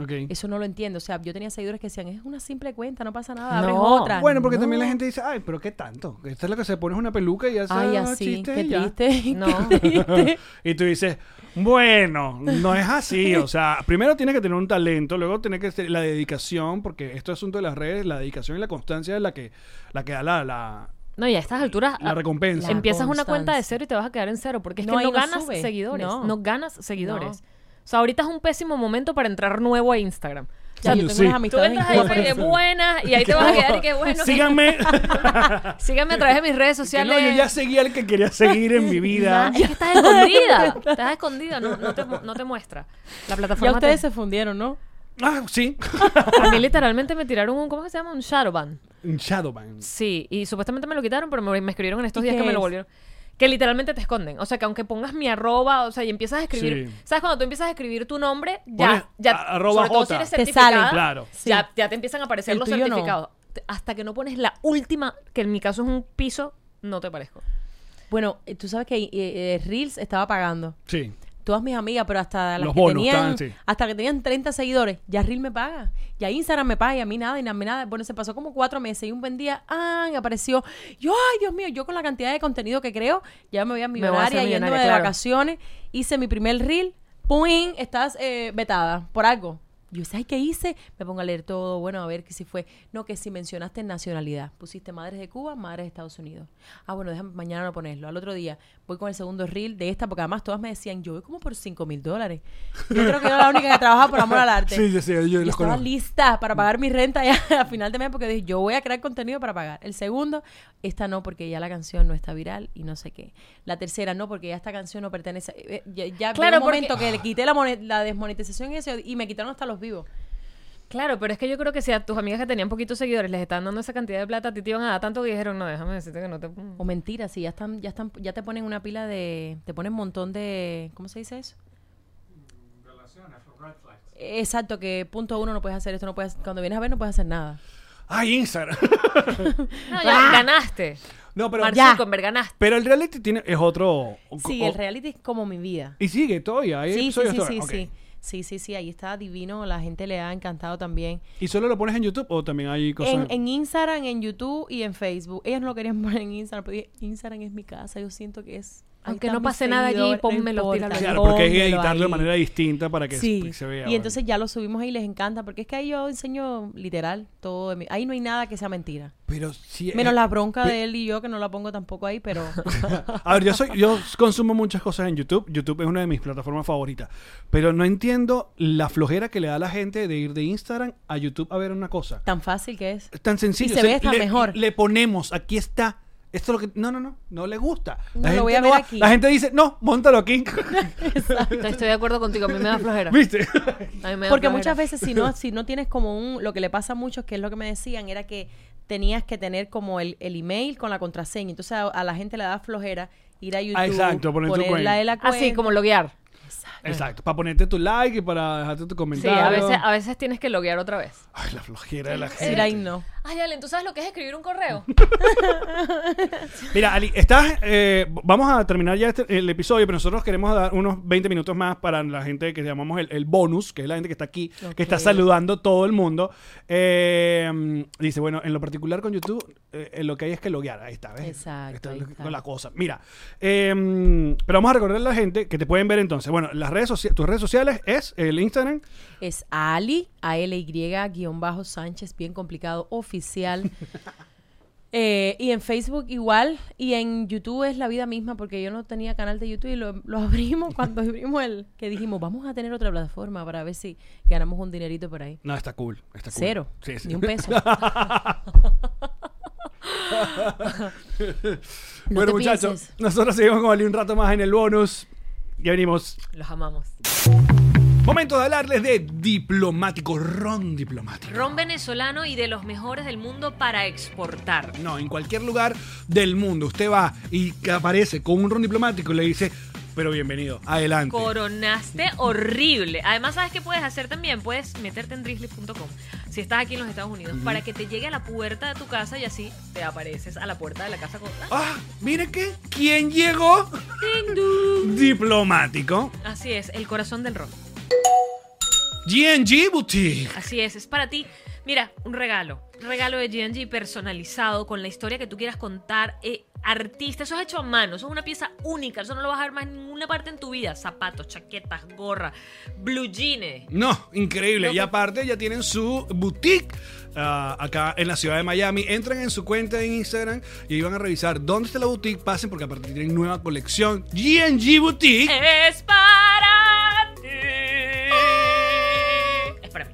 S3: Ok.
S4: Eso no lo entiende, o sea, yo tenía seguidores que decían, "Es una simple cuenta, no pasa nada, abres
S2: No.
S4: otra."
S3: Bueno, porque
S4: No.
S3: también la gente dice, ay, pero qué tanto. Esta es la que se pone una peluca y hace
S4: Ay,
S3: unos
S4: así,
S3: chistes
S4: qué
S3: y ya.
S4: triste.
S2: No.
S3: y tú dices, bueno, no es así. O sea, primero tienes que tener un talento, luego tienes que ser la dedicación, porque esto es asunto de las redes, la dedicación y la constancia es la que, la que da la, la-
S2: No, y a estas alturas.
S3: la
S2: ah,
S3: recompensa.
S4: La
S2: Empiezas una
S4: constancia.
S2: cuenta de cero y te vas a quedar en cero, porque es
S4: No,
S2: que
S4: ahí
S2: no
S4: no
S2: ganas
S4: sube.
S2: seguidores. No.
S4: No.
S2: ganas seguidores. O sea, ahorita es un pésimo momento para entrar nuevo a Instagram.
S4: Ya,
S3: Sí,
S4: yo tengo
S3: sí.
S4: unas
S2: Tú
S4: amistades
S2: entras
S4: en
S2: ahí
S4: Cuba,
S2: y
S4: pero-
S2: que buenas y ahí te vas a quedar y que bueno. que-
S3: Síganme.
S2: Síganme a través de mis redes
S3: Que
S2: sociales.
S3: no, yo ya seguía el que quería seguir en mi vida.
S2: Ah, es que estás escondida. Estás escondida, no, no te, mu- no te muestra. La plataforma.
S4: Ya ustedes
S2: te-
S4: se fundieron, ¿no?
S3: Ah, sí.
S2: A mí literalmente me tiraron un. ¿Cómo es que se llama? Un shadowban.
S3: Un Shadowban.
S2: Sí, y supuestamente me lo quitaron, pero me, me escribieron en estos
S4: ¿Y
S2: días
S4: qué
S2: que me lo
S4: es?
S2: volvieron. Que literalmente te esconden. O sea, que aunque pongas mi arroba, o sea, y empiezas a escribir.
S3: Sí.
S2: ¿Sabes? Cuando tú empiezas a escribir tu nombre, ya.
S3: Pones
S2: ya
S3: a- arroba
S2: sobre todo si
S3: J.
S2: eres
S4: Te
S2: certificada,
S4: salen.
S3: Claro.
S2: Ya, ya te empiezan a aparecer
S4: El
S2: los
S4: tuyo no.
S2: certificados. Te- Hasta que no pones la última, que en mi caso es un piso, no te parezco.
S4: Bueno, eh, tú sabes que eh, eh, Reels estaba pagando.
S3: Sí.
S4: todas mis amigas, pero hasta las
S3: Los
S4: que
S3: bonos,
S4: tenían,
S3: estaban, sí.
S4: hasta que tenían 30 seguidores, ya Reel me paga, ya Instagram me paga, y a mí nada, y a mí nada. Bueno, se pasó como cuatro meses y un buen día, ah, apareció, yo, ay, Dios mío, yo con la cantidad de contenido que creo, ya me
S2: voy
S4: voy a
S2: a
S4: millonaria,
S2: hacer
S4: yéndome
S2: millonaria,
S4: de
S2: claro.
S4: vacaciones, hice mi primer Reel, ¡pum! Estás eh, vetada por algo. Yo sé qué hice, me pongo a leer todo, bueno, a ver que si fue, no, que si mencionaste nacionalidad, pusiste madres de Cuba, madres de Estados Unidos. Ah, bueno, déjame mañana no ponerlo. Al otro día voy con el segundo reel de esta, porque además todas me decían, yo voy como por 5 mil dólares. Yo creo que yo era la única que trabajaba por amor al arte.
S3: Sí, sí, sí, yo
S4: Y
S3: los
S4: estaba
S3: conozco.
S4: lista para pagar mi renta ya a final de mes, porque dije, yo voy a crear contenido para pagar. El segundo, esta no, porque ya la canción no está viral y no sé qué. La tercera, no, porque ya esta canción no pertenece. eh, eh, Ya, ya
S2: Claro,
S4: claro, un
S2: porque-
S4: momento que le quité la, mone- la desmonetización y eso, y me quitaron hasta los vivos.
S2: Claro, pero es que yo creo que si a tus amigas que tenían poquitos seguidores les estaban dando esa cantidad de plata, a ti te iban a dar tanto que dijeron, no, déjame decirte que no te...
S4: O mentiras, sí, ya están, ya están, ya te ponen una pila de, te ponen un montón de, ¿cómo se dice eso? Exacto, que punto uno no puedes hacer esto, no puedes, cuando vienes a ver no puedes hacer nada.
S3: Ay, Ah, Instagram.
S2: No, ya ganaste.
S3: no, pero,
S2: Mark Zuckerberg, ganaste.
S3: pero el reality tiene, es otro.
S4: Sí,
S3: o-
S4: el reality es como mi vida.
S3: Y sigue todavía. ¿eh? hay
S4: Sí, sí,
S3: episodios
S4: sí, sí,
S3: todavía. Ok.
S4: sí. Sí, sí, sí, ahí está divino, la gente le ha encantado también.
S3: ¿Y solo lo pones en YouTube o también hay cosas?
S4: En, en Instagram, en YouTube y en Facebook. Ellas no lo querían poner en Instagram, pero dije, Instagram es mi casa, yo siento que es
S2: Aunque no
S4: están mis
S2: pase nada allí,
S4: seguidores, no
S2: pónmelo, tíralo.
S4: importa.
S3: Claro, porque hay que
S4: Pónmelo
S3: editarlo de
S4: ahí.
S3: manera distinta para que pues,
S4: Sí,
S3: se vea.
S4: y entonces ya lo subimos ahí y les encanta, porque es que ahí yo enseño literal todo de mí. Ahí no hay nada que sea mentira.
S3: Pero sí,
S4: Menos
S3: eh,
S4: la bronca
S3: pe-
S4: de él y yo, que no la pongo tampoco ahí, pero...
S3: A ver, yo, soy, yo consumo muchas cosas en YouTube. YouTube es una de mis plataformas favoritas. Pero no entiendo la flojera que le da a la gente de ir de Instagram a YouTube a ver una cosa.
S4: Tan fácil que es.
S3: Es tan sencillo.
S4: Y se ve hasta
S3: le,
S4: mejor.
S3: Le ponemos, aquí está. Esto es lo que. No, no, no. No le gusta.
S4: No, lo voy a
S3: no
S4: ver
S3: va-
S4: aquí.
S3: La gente dice, no, montalo aquí.
S2: Estoy de acuerdo contigo, a mí me da flojera.
S3: ¿Viste?
S2: A mí me da
S4: Porque
S2: flojera.
S4: muchas veces si no, si no tienes como un... Lo que le pasa a muchos, que es lo que me decían, era que tenías que tener como el, el email con la contraseña. Entonces a, a la gente le da flojera ir a YouTube,
S3: exacto, poner su cuenta.
S4: la de la cuenta.
S2: Así, Ah, como loguear.
S3: Exacto. Para ponerte tu like y para dejarte tu
S2: Sí,
S3: comentario.
S2: a veces, a veces tienes que loguear otra vez.
S3: Ay, la flojera de la gente.
S4: Sí, ahí no.
S2: Ay, Ale, ¿tú sabes lo que es escribir un correo?
S3: Mira, Ali, estás. eh, vamos a terminar ya este- el episodio, pero nosotros queremos dar unos 20 minutos más para la gente que llamamos el, el bonus, que es la gente que está aquí, que está saludando todo el mundo. Eh, dice, bueno, en lo particular con YouTube, eh, eh, lo que hay es que loguear. Ahí está, ¿ves?
S4: Exacto,
S3: Está
S4: ahí
S3: lo-
S4: está.
S3: con la cosa. Mira, eh, pero vamos a recordarle a la gente que te pueden ver entonces. Bueno, las redes sociales, tus redes sociales es el Instagram.
S4: Es Ali, A-L-Y-Sánchez, bien complicado, oficial. Eh, y en Facebook igual. Y en YouTube es la vida misma, porque yo no tenía canal de YouTube y lo, lo abrimos cuando abrimos el. Que dijimos, vamos a tener otra plataforma para ver si ganamos un dinerito por ahí.
S3: No, está cool. Está cool.
S4: Cero.
S3: Sí, sí.
S4: Ni un peso. No
S3: bueno,
S4: te
S3: muchachos,
S4: pienses.
S3: nosotros seguimos con Ali un rato más en el bonus. Ya venimos.
S2: Los amamos.
S3: Momento de hablarles de diplomático, ron diplomático.
S2: Ron venezolano y de los mejores del mundo para exportar.
S3: No, en cualquier lugar del mundo usted va y que aparece con un ron diplomático y le dice, pero bienvenido, adelante.
S2: Coronaste horrible. Además, ¿sabes qué puedes hacer también? Puedes meterte en drizzly.com si estás aquí en los Estados Unidos para que te llegue a la puerta de tu casa y así te apareces a la puerta de la casa con... ¡Ah!
S3: ah, mire que, ¿quién llegó?
S2: ¡Ding, dong!
S3: diplomático.
S2: Así es, el corazón del ron.
S3: GNG Boutique.
S2: Así es, es para ti. Mira, un regalo. Un regalo de GNG personalizado con la historia que tú quieras contar. eh, artista, eso es hecho a mano, eso es una pieza única, eso no lo vas a ver más en ninguna parte en tu vida. Zapatos, chaquetas, gorra, blue jeans.
S3: No, increíble.
S2: No,
S3: y
S2: que-
S3: aparte ya tienen su boutique ah, acá en la ciudad de Miami. Entran en su cuenta de Instagram y ahí van a revisar dónde está la boutique. Pasen porque aparte tienen nueva colección. GNG Boutique.
S2: Eh. Es para ti. Es para mí.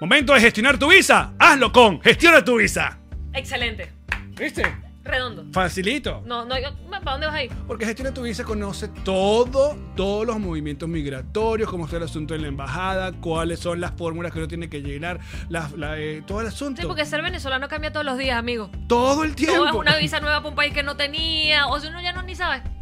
S3: Momento de gestionar tu visa. Hazlo con Gestiona tu visa.
S2: Excelente.
S3: ¿Viste?
S2: Redondo.
S3: Facilito.
S2: No, no, yo- ¿para dónde vas ahí?
S3: Porque Gestiona tu visa conoce todo, todos los movimientos migratorios, cómo está el asunto en la embajada, cuáles son las fórmulas que uno tiene que llenar, las- la, eh, todo el asunto.
S2: Sí, porque ser venezolano cambia todos los días, amigo.
S3: Todo el tiempo.
S2: O es una visa nueva para un país que no tenía. O si uno ya no ni sabe,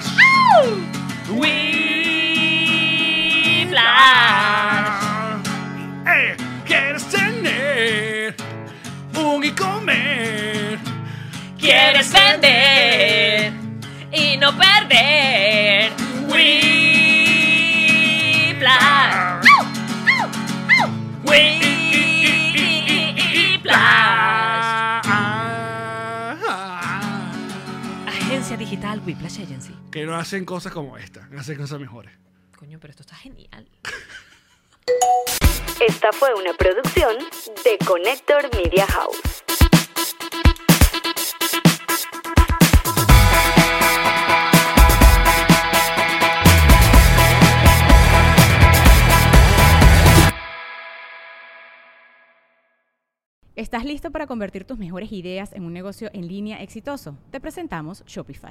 S3: Flash.
S2: Whiplash.
S3: Eh, ¿Quieres tener? Un y comer.
S2: Quieres vender y no perder. Whiplash. Whiplash.
S3: Ah,
S2: Agencia digital Whiplash Agency.
S3: Que no hacen cosas como esta, hacen cosas mejores.
S2: Coño, pero esto está genial.
S1: Esta fue una producción de Connector Media House.
S5: ¿Estás listo para convertir tus mejores ideas en un negocio en línea exitoso? Te presentamos Shopify.